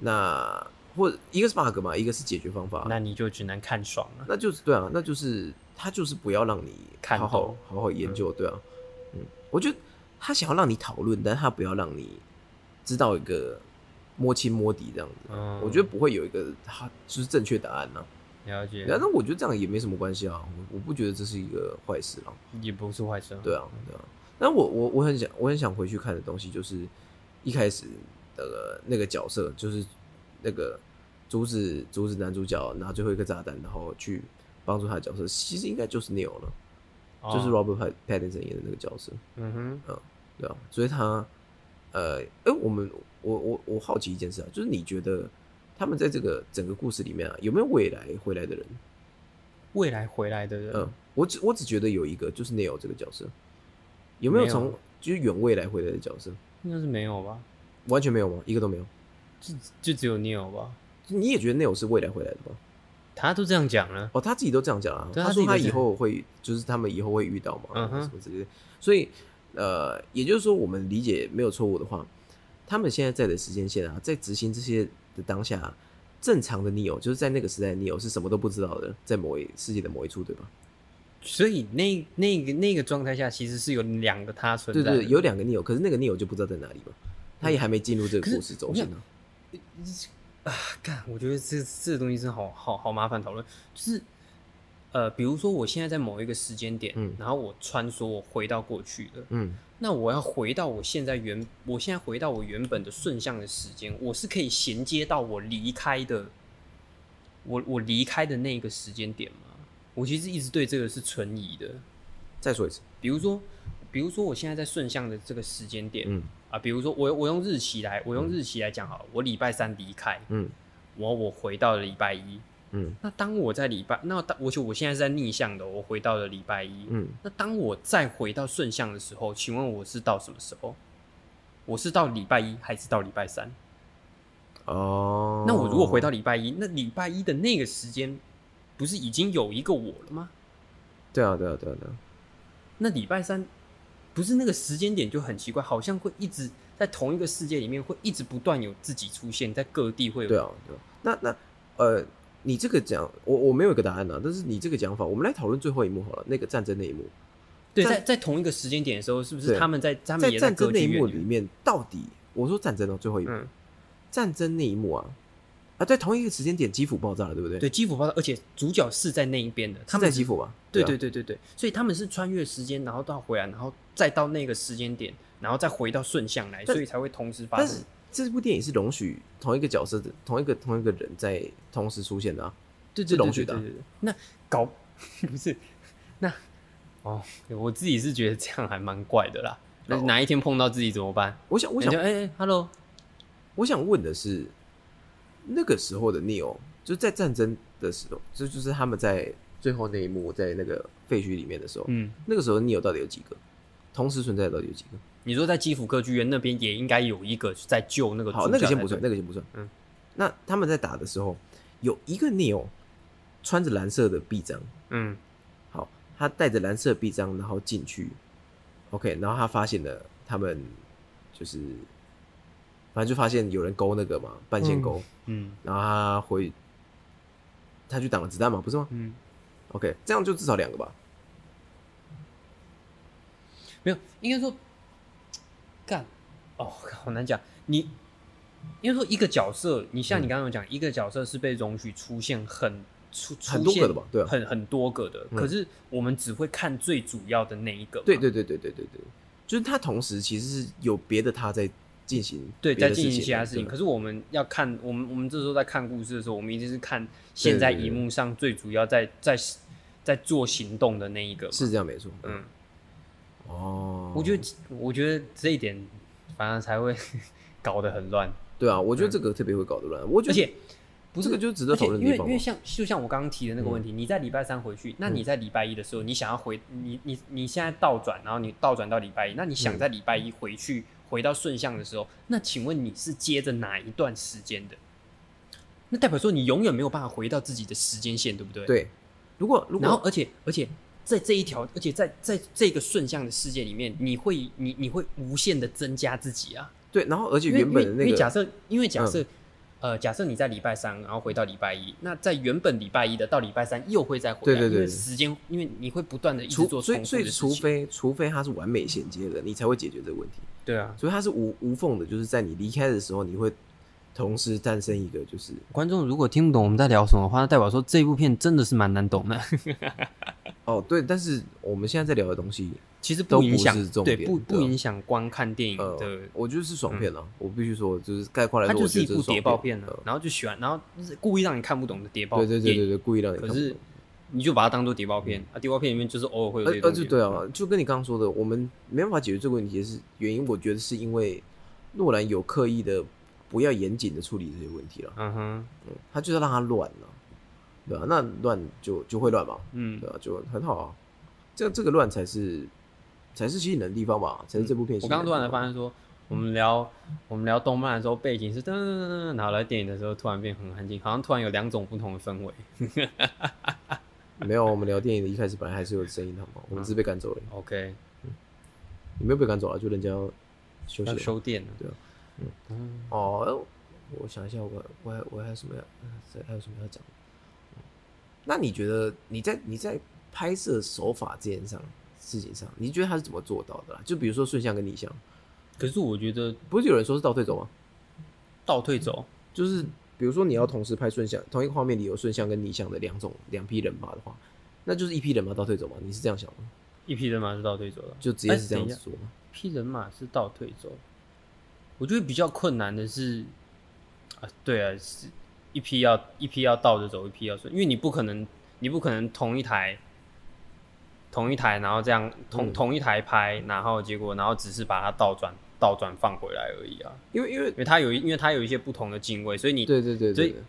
那或一个是 bug 嘛，一个是解决方法，那你就只能看爽了。那啊就是对啊，那就是他就是不要让你看好好懂好好研究，对啊，嗯，我觉得他想要让你讨论，但他不要让你知道一个摸清摸底这样子，嗯，我觉得不会有一个他就是正确答案呐、啊，了解，然后我觉得这样也没什么关系啊，我我不觉得这是一个坏事啊。也不是坏事啊。对啊，对啊。但我我我很想我很想回去看的东西，就是一开始那个那个角色，就是那个阻止阻止男主角拿最后一颗炸弹，然后去帮助他的角色，其实应该就是 Neil 了，哦，就是 Robert Pat- Pattinson 演的那个角色，嗯哼，对啊。所以他呃，哎、我们我我我好奇一件事啊，就是你觉得他们在这个整个故事里面啊，有没有未来回来的人？未来回来的人，嗯，我只我只觉得有一个就是 Neil 这个角色，有没有没有从就是远未来回来的角色？应该是没有吧？完全没有吗？一个都没有？就就只有 Neil 吧？你也觉得 Neil 是未来回来的吧？他都这样讲了，哦，他自己都这样讲啊，对他他自己说都他这以样后会，就是他们以后会遇到嘛，嗯哼什么之类的。所以，呃，也就是说，我们理解没有错误的话，他们现在在的时间线啊，在执行这些的当下啊、正常的 Neo 就是在那个时代的 Neo 是什么都不知道的，在某一世界的某一处，对吧？所以那那个那个状态下，其实是有两个他存对在的。对，有两个 Neo，可是那个 Neo 就不知道在哪里嘛，他也还没进入这个可是故事我轴跟线你呢、啊，干，我觉得这这东西真的好好好麻烦讨论。就是呃，比如说我现在在某一个时间点，嗯然后我穿梭，我回到过去了，嗯那我要回到我现在原，我现在回到我原本的顺向的时间，我是可以衔接到我离开的，我我离开的那个时间点吗？我其实一直对这个是存疑的。再说一次，比如说，比比如说我现在在顺向的这个时间点、嗯啊，比如说我我用日期来，我用日期来讲好了，我礼拜三离开，嗯我我回到了礼拜一。嗯那当我在礼拜，那当我就我现在是在逆向的，我回到了礼拜一。嗯，那当我再回到顺向的时候，请问我是到什么时候？我是到礼拜一还是到礼拜三？哦，那我如果回到礼拜一，那礼拜一的那个时间，不是已经有一个我了吗？对啊对啊对啊对啊，那礼拜三不是那个时间点就很奇怪，好像会一直在同一个世界里面，会一直不断有自己出现在各地会有。对啊，对啊。那那呃，你这个讲，我我没有一个答案啊，但是你这个讲法，我们来讨论最后一幕好了，那个战争那一幕，对，在在在同一个时间点的时候，是不是对他们在他们在也战各争那地一幕远里面，到底我说战争哦，最后一幕，嗯，战争那一幕啊啊，在同一个时间点，基辅爆炸了，对不对？对，，基辅爆炸，而且主角是在那一边的，他他在们基辅吧？对啊对对对对，所以他们是穿越时间，然后到回来，然后再到那个时间点，然后再回到顺向来，但所以才会同时发但生是。这部电影是容许同一个角色的同一个同一个人在同时出现的啊。对对是对容许的啊对对对对那搞 不是那哦，我自己是觉得这样还蛮怪的啦。 那哦哪一天碰到自己怎么办？我想，我人想家，哎、哎 h e l l o 我想问的是，那个时候的 Neo 就在战争的时候，这就是他们在最后那一幕在那个废墟里面的时候，嗯，那个时候 Neo 到底有几个？同时存在的到底有几个？你说在基辅歌剧院那边也应该有一个在救那个好，主那个角先才不算，对那个先不算。嗯，那他们在打的时候，有一个 Neo 穿着蓝色的臂章，嗯好，他带着蓝色臂章，然后进去，OK，然后他发现了他们就是，反正就发现有人勾那个嘛，半线勾，嗯然后他回，他去挡了子弹嘛，不是吗嗯， ？OK，这样就至少两个吧。没有，应该说干哦，好难讲。你应该说一个角色，你像嗯你刚刚有讲，一个角色是被容许出现很出出很多个现的吧对啊很很多个的，嗯可是我们只会看最主要的那一个嘛。对对对对对对对，就是他同时其实是有别的他在进行对，别在的进行其他的事情。对啊可是我们要看，我们我们这时候在看故事的时候，我们一定是看现在对对荧幕上最主要在在在做行动的那一个嘛。是这样没错。嗯，哦，我觉得我觉得这一点反而才会 搞得很乱，对啊，我觉得这个特别会搞得乱。我觉嗯而得且不是这个就是值得而且讨论的因为地方因嘛嗯为。像就像我刚刚提的那个问题，你在礼拜三回去，那你在礼拜一的时候，你想要回你你你现在倒转，然后你倒转到礼拜一，那你嗯想在礼拜一回去、回到顺向的时候，那请问你是接着哪一段时间的？那代表说你永远没有办法回到自己的时间线，对不对？。对，如果如然后果而且而且在这一条，而且在在这个顺向的世界里面，你会你你会无限的增加自己啊。对，然后而且因为原本的因为因那为假个嗯设，因为假设，呃，假设你在礼拜三，然后回到礼拜一，那在原本礼拜一的到礼拜三又会再回来，对对对因为时间，因为你会不断的一直除做所重以复所的以事除情，非除非它是完美衔接的，你才会解决这个问题。对啊，所以它是无无缝的，就是在你离开的时候，你会同时诞生一个，就是观众如果听不懂我们在聊什么的话，那代表说这部片真的是蛮难 懂的。哦对，但是我们现在在聊的东西，其实都不影不响是重，对点不对啊不影响观看电影呃的，，我觉得是爽片了、啊我必须说，就是概括来它说，就我是觉一得这部是谍爽报片啊呃了，然后就喜欢，然后就是故意让你看不懂的谍报对片，对对对对，故意让你看可不是懂。你就把它当做谍报片啊，谍报片里面就是偶尔会有嗯而这些而东且西，对啊，就跟你刚刚说的，我们没办法解决这个问题，是原因，我觉得是因为诺兰有刻意的不要严谨的处理这些问题了，嗯哼，嗯，他就是让它乱了，对吧、啊那乱就就会乱嘛，嗯对，吧、就很好啊，这这个乱才是才是吸引人的地方吧，才是这部片吸我引人刚刚突的嗯地方。然发现说，我们聊我们聊动漫的时候，背景是噔噔噔噔噔，然后来电影的时候突然变很安静，好像突然有两种不同的氛围。没有，我们聊电影的一开始本来还是有声音的，好吗？我们只是被赶走了， OK，你没有被赶走啊，就人家要休息要了。收电了。对啊嗯，哦，我想一下，我我还我还有什么要，呃还有什么要讲的？嗯那你觉得你在你在拍摄手法这件上事情上，你觉得他是怎么做到的啦？就比如说顺向跟逆向，可是我觉得不是有人说是倒退走吗？倒退走，就是比如说你要同时拍顺向，同一个画面里有顺向跟逆向的两种两批人马的话，那就是一批人马倒退走嘛？你是这样想吗？一匹人马是倒退走了，就直接哎是这样等一子下做吗？一匹人马是倒退走。我觉得比较困难的是，啊，对啊，是一批要一批要倒着走，一批要顺，因为你不可能，你不可能同一台同一台，然后这样同、嗯同一台拍，然后结果然后只是把它倒转倒转放回来而已啊，因为因为因为它有一因为它有一些不同的进位，所以你对对对所对以对，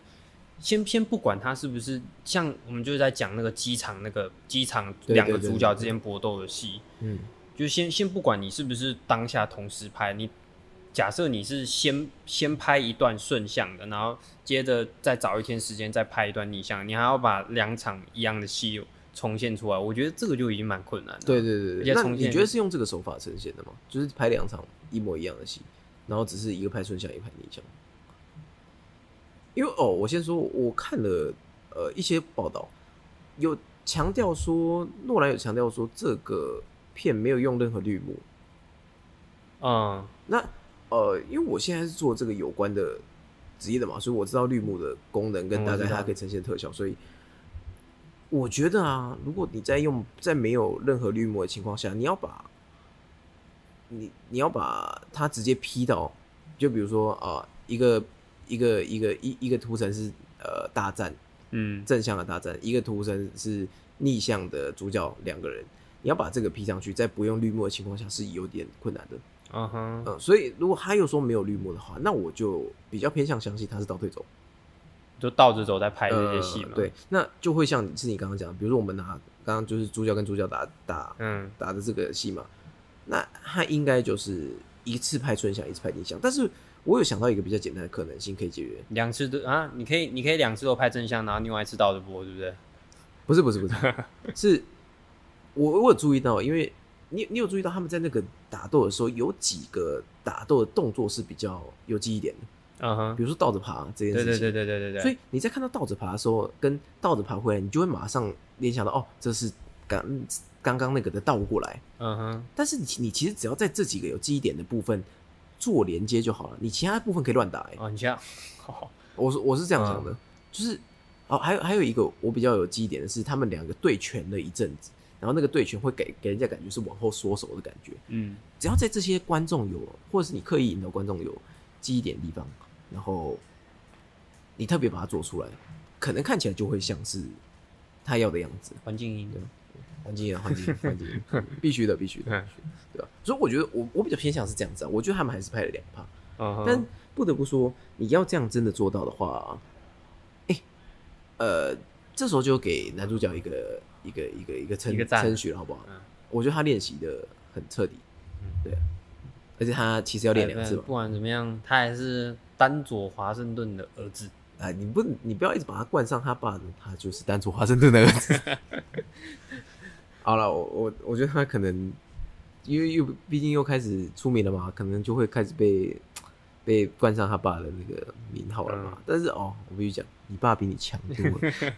先先不管它是不是像我们就是在讲那个机场那个机场对对两个对主对角对之间搏斗的戏，嗯，就先先不管你是不是当下同时拍，你假设你是先先拍一段顺向的，然后接着再找一天时间再拍一段逆向，你还要把两场一样的戏重现出来，我觉得这个就已经蛮困难了。对对对而对。且那重你现觉得是用这个手法呈现的吗？就是拍两场一模一样的戏，然后只是一个拍顺向，一个拍逆向。因为哦，我先说，我看了呃一些报道，有强调说诺兰有强调说这个片没有用任何绿幕，嗯，那呃，因为我现在是做这个有关的职业的嘛，所以我知道绿幕的功能跟嗯大我概知道它可以呈现的特效，所以我觉得啊，如果你在用在没有任何绿幕的情况下，你要把你你要把它直接 P 到，就比如说啊、呃一个一个一个一一个图层是呃大战，嗯，正向的大战，一个图层是逆向的主角两个人，你要把这个 P 上去，在不用绿幕的情况下是有点困难的。嗯哼，嗯，所以如果他又说没有绿幕的话，那我就比较偏向相信他是倒退走就倒着走在拍这些戏嘛、呃。对，，那就会像是你刚刚讲的，比如说我们拿刚刚就是主角跟主角打打嗯，打的这个戏嘛，那他应该就是一次拍春响，一次拍逆响。但是我有想到一个比较简单的可能性可以解决，两次都啊，你可以你可以两次都拍正向，然后另外一次倒着播，对不对？不是不是不 是，是我我有注意到，因为你你有注意到他们在那个打斗的时候，有几个打斗的动作是比较有记忆点的，嗯哼比，如说倒着爬这件事对情。对对对对对对，所以你在看到倒着爬的时候，跟倒着爬回来，你就会马上联想到哦，这是刚刚刚那个的倒过来。嗯哼，但是你其你其实只要在这几个有记忆点的部分做连接就好了，你其他部分可以乱打、欸。哦，你像， 好，我是我是这样想的，就是哦，还有还有一个我比较有记忆点的是，他们两个对拳了一阵子，然后那个对拳会给给人家感觉是往后缩手的感觉。嗯，只要在这些观众有，或者是你刻意引导观众有记忆点的地方，然后你特别把它做出来，可能看起来就会像是他要的样子。环境音，环境啊，环境，环境，必须的，必须的，嗯对吧、所以我觉得我我比较偏向是这样子啊，我觉得他们还是拍了两趴，嗯哼，但不得不说，你要这样真的做到的话，哎、呃，这时候就给男主角一个一个一个一个称一个赞称许了，好不好？嗯我觉得他练习的很彻底，嗯对啊，而且他其实要练两次哎嘛不，管怎么样，他还是丹佐华盛顿的儿子。啊，你不你不要一直把他冠上他爸，他就是单纯华盛顿的儿子。 好了，我我我觉得他可能因为又毕竟又开始出名了嘛，可能就会开始被被冠上他爸的那个名号了嘛。但是哦，我必须讲，你爸比你强多了。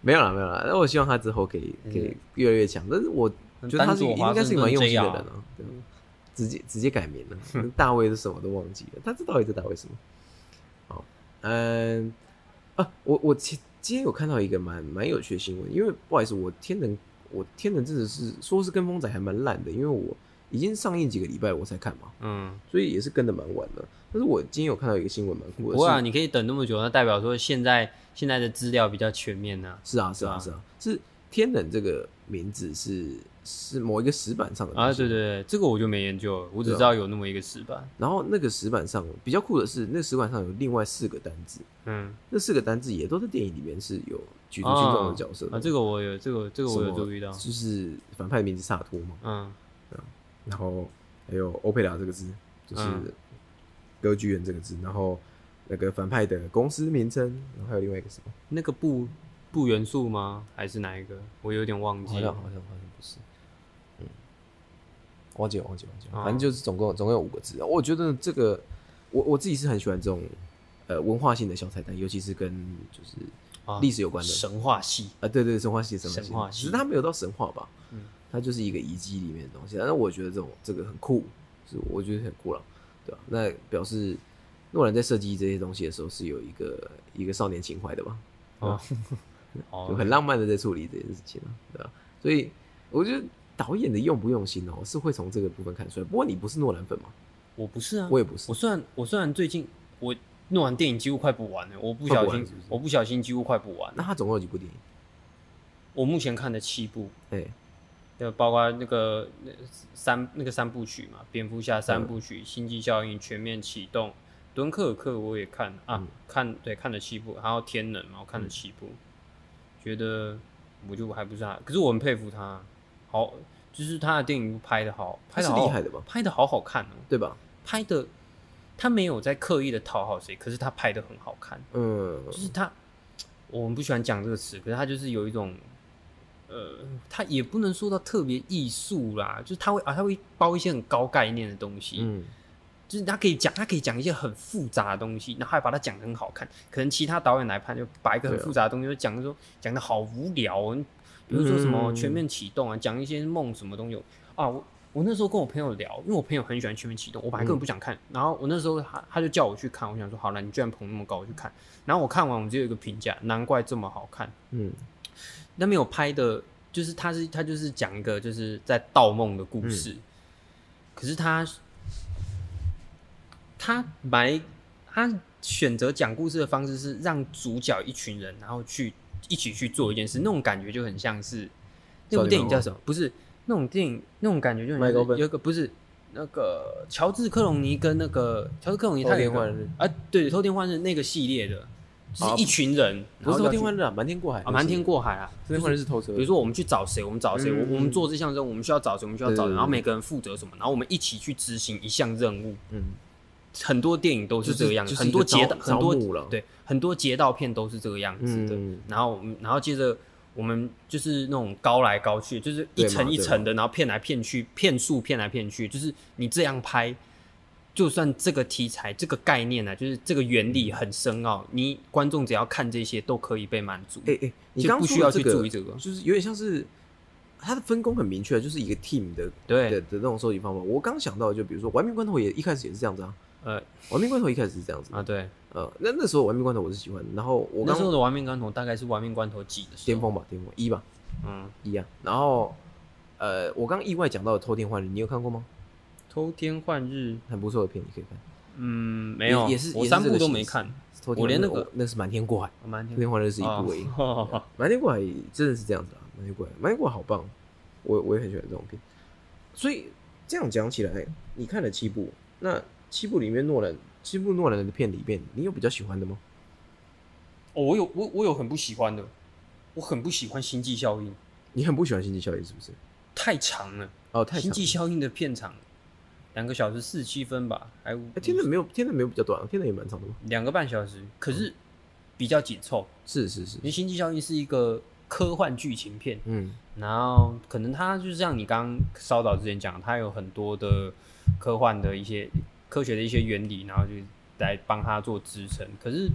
没有啦，没有啦。那我希望他之后可以可以越来越强。但是我觉得他是丹佐华应该是一个蛮用心的人盛顿啊，对直接直接改名 了，大卫是什么都忘记了。他这到底在大卫什么？好，嗯，啊，我我今今天有看到一个蛮蛮有趣的新闻，因为不好意思，我天能我天能真的是说是跟风仔还蛮烂的，因为我已经上映几个礼拜我才看嘛，嗯，所以也是跟的蛮晚的。但是我今天有看到一个新闻蛮酷不的，过啊，是你可以等那么久，那代表说现在现在的资料比较全面呢、是啊是啊是啊，是天能这个名字是是某一个石板上的啊。东西对对对，这个我就没研究了，我只对啊知道有那么一个石板。然后那个石板上比较酷的是，那个石板上有另外四个单字，嗯，那四个单字也都在电影里面是有举足轻重的角色的啊，这个我有，这个这个我有什么注意到。就是反派的名字萨托嘛，嗯然后还有欧佩拉这个字，就是嗯歌剧院这个字，然后那个反派的公司名称，然后还有另外一个什么，那个不不元素吗？还是哪一个？我有点忘记好像好了。像好像不是，嗯，忘记了忘记了忘记了，哦反正就是总共总共有五个字。啊我觉得这个我我自己是很喜欢这种呃文化性的小彩蛋，尤其是跟就是啊历史有关的神话系，啊，对对，神话系神话系，神话系只是它没有到神话吧，嗯它就是一个遗迹里面的东西。但是我觉得这种这个很酷，是我觉得很酷了，对吧、那表示诺兰在设计这些东西的时候是有一个一个少年情怀的吧，哦，就 哦，很浪漫的在处理这件事情啊，对吧、所以我觉得导演的用不用心哦，是会从这个部分看出来。不过你不是诺兰粉嘛，我不是啊，我也不是我，虽然我虽然最近我弄完电影几乎快补完了，我不小快补完心了是不是我不小心几乎快补完了。那他总共有几部电影？我目前看了七部，哎，就包括那个那三那个三部曲嘛，蝙蝠嗯侠三部曲，星际效应全面启动，敦刻尔克我也看了嗯啊，看对看了七部，还有天能嘛，我看了七部，觉得我就还不是他，可是我很佩服他，好，就是他的电影拍的好，拍的是厉害的吧拍的好好看哦，对吧？拍的他没有在刻意的讨好谁，可是他拍的很好看，嗯，就是他，我们不喜欢讲这个词，可是他就是有一种，呃，他也不能说到特别艺术啦，就是他会啊，他会包一些很高概念的东西，嗯，就是他可以讲，他可以讲一些很复杂的东西，然后还把它讲得很好看。可能其他导演来拍，就把一个很对啊复杂的东西就讲得说讲的好无聊、哦，比如说什么嗯全面启动啊，讲一些梦什么东西啊。我我那时候跟我朋友聊，因为我朋友很喜欢全面启动，我本来根本不想看，然后我那时候他他就叫我去看，我想说好了，你居然捧那么高，我去看。然后我看完，我只有一个评价，难怪这么好看。嗯，那边有拍的，就是他是他就是讲一个就是在盗梦的故事，可是他他买他选择讲故事的方式是让主角一群人，然后去一起去做一嗯件事，那种感觉就很像是那部电影叫什么？不是那种电影，那种感觉就很像是 Michael Bay 有一个不是那个乔治克隆尼跟那个乔治克隆尼他嗯偷有一天个换日，啊啊，对，偷天换日那个系列的，就是一群人，不然后要是偷去天换日啊，瞒天过海啊，瞒天，过海啊，偷天换日是偷车比，如说我们去找谁，我们找谁，嗯我我们做这项任务，我们需要找谁，我们需要找对对谁，对然后每个人负责什么，然后我们一起去执行一项任务。嗯，很多电影都是这个样子，就是很多就是一街个道招很多招募了对很多街道片都是这个样子的。嗯然后我们然后接着我们就是那种高来高去，就是一对嘛层一层的，然后骗来骗去，骗术骗来骗去，就是你这样拍。就算这个题材、这个概念呢、啊，就是这个原理很深奥，你观众只要看这些都可以被满足。哎哎，你就刚不刚需说要的去这个注意这个就是有点像是它的分工很明确，就是一个 team 的对，的的那种收集方法。我刚想到的就比如说《玩命关头》也一开始也是这样子啊，呃《玩命关头》一开始是这样子啊，对，呃，那那时候《玩命关头》我是喜欢的，然后我那刚时候的玩命关头大概是玩命关头几的时候巅，峰吧，巅峰一吧嗯，一啊，然后呃，我刚意外讲到的《偷天换日》，你有看过吗？偷天换日，很不错的片，你可以看。嗯，没有，也也是我也是三这部个都形没式看，偷天我连那换日个哦那是瞒天过海，我蛮偷天换日是 一部而已。哦瞒天过海真的是这样子啊，瞒天过海，瞒天过海好棒，我我也很喜欢这种片。所以这样讲起来，你看了七部，那七部里面诺兰，七部诺兰的片里面，你有比较喜欢的吗？哦我有我我有很不喜欢的，我很不喜欢《星际效应》，你很不喜欢《星际效应》是不是？太长了，哦，太星长。际效应》的片长两个小时四十七分吧，还五哎，天冷没有，天冷没有比较短啊，天冷也蛮长的嘛。两个半小时，可是嗯比较紧凑，是是是因，为《星际效应》是一个科幻剧情片，嗯，然后可能它就像你刚刚稍早之前讲，它有很多的科幻的一些科学的一些原理，然后就来帮它做支撑。可是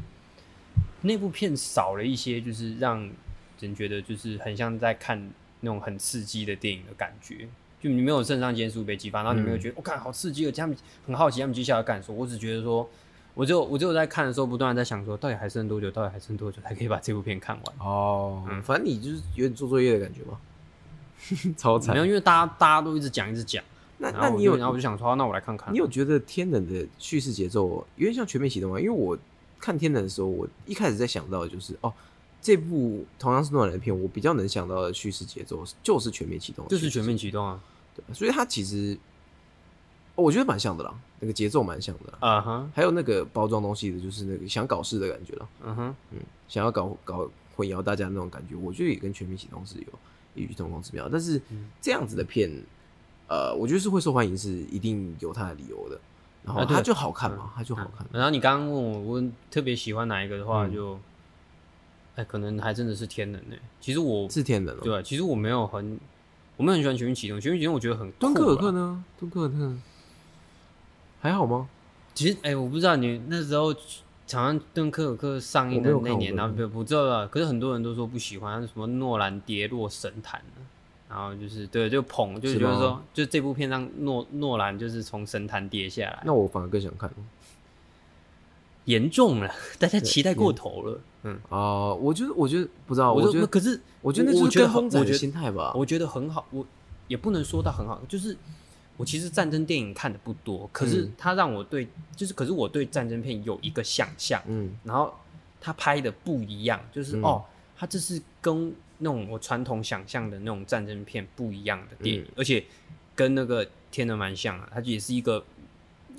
那部片少了一些，就是让人觉得就是很像在看那种很刺激的电影的感觉。就你没有肾上腺素被激发，然后你没有觉得我看、好刺激哦，他们很好奇他们接下来干什么。我只觉得说，我只有我只有在看的时候，不断的在想说，到底还剩多久？到底还剩多久才可以把这部片看完？哦嗯反正你就是有点做作业的感觉 嘛，超惨没有，。因为大家大家都一直讲一直讲。那然后那我你就有然后我就想说，哦那我来看看。你有觉得《天冷》的叙事节奏有点像《全面启动》吗？因为我看《天冷》的时候，我一开始在想到的就是哦，这部同样是诺兰的片，我比较能想到的叙事节奏就是《全面启动》，就是全面启动啊？对吧所以它其实、哦我觉得蛮像的啦，那个节奏蛮像的啦，啊哈，还有那个包装东西的，就是那个想搞事的感觉啦，嗯哼，嗯，想要搞搞混淆大家那种感觉，我觉得也跟《全面启动》是有异曲同工之妙。但是嗯这样子的片，呃，我觉得是会受欢迎，是一定有它的理由的。然后啊对嗯它就好看嘛，它就好看。然后你刚刚问我，我特别喜欢哪一个的话，嗯就，哎，可能还真的是天能呢。其实我是天人哦。对啊，其实我没有很，我没有很喜欢全面启动。全面启动我觉得很敦刻尔酷克啊？呢？敦刻尔克呢还好吗？其实哎，我不知道你那时候。好像敦刻尔克上映的我没有那看年，我没然有后不不知道啊，可是很多人都说不喜欢什么诺兰跌落神坛啊然后就是对，就捧，就是是觉得吗说，就这部片让诺诺兰就是从神坛跌下来。那我反而更想看严重了， 大家期待过头了。嗯，啊、我觉得，我觉得不知道，我我就觉得，可是我觉得那我就觉是得跟风我仔觉的得心态吧。我觉得很好，我也不能说到很好，就是我其实战争电影看的不多，可是嗯它让我对，就是可是我对战争片有一个想象，嗯然后他拍的不一样，就是、嗯哦，他这是跟那种我传统想象的那种战争片不一样的电嗯影，而且跟那个《天能》蛮像啊，它也是一个，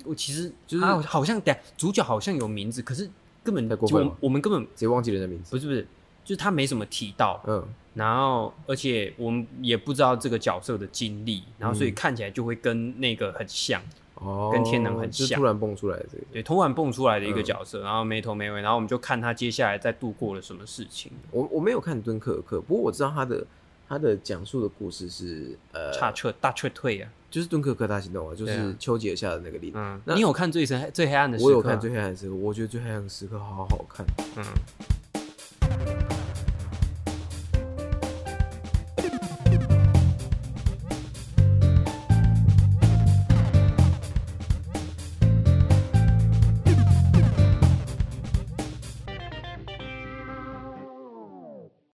我其实就是啊好像等下主角好像有名字，可是根本太过分了我们我们根本直接忘记人的名字。不是不是，就是他没什么提到，嗯，然后而且我们也不知道这个角色的经历，然嗯后所以看起来就会跟那个很像，哦，跟天能很就像突然蹦出来的这个。对，突然蹦出来的一嗯个角色，然后没头没尾，然后我们就看他接下来在度过了什么事情，我我没有看敦刻尔克，不过我知道他的他的讲述的故事是呃，差撤大撤退啊，就是敦刻尔克大行动啊，就对是啊丘吉尔下的那个例子。嗯，那你有看最深最黑暗的时刻？啊我有看《最，黑暗的时刻》，我觉得《最黑暗的时刻》好好看。嗯，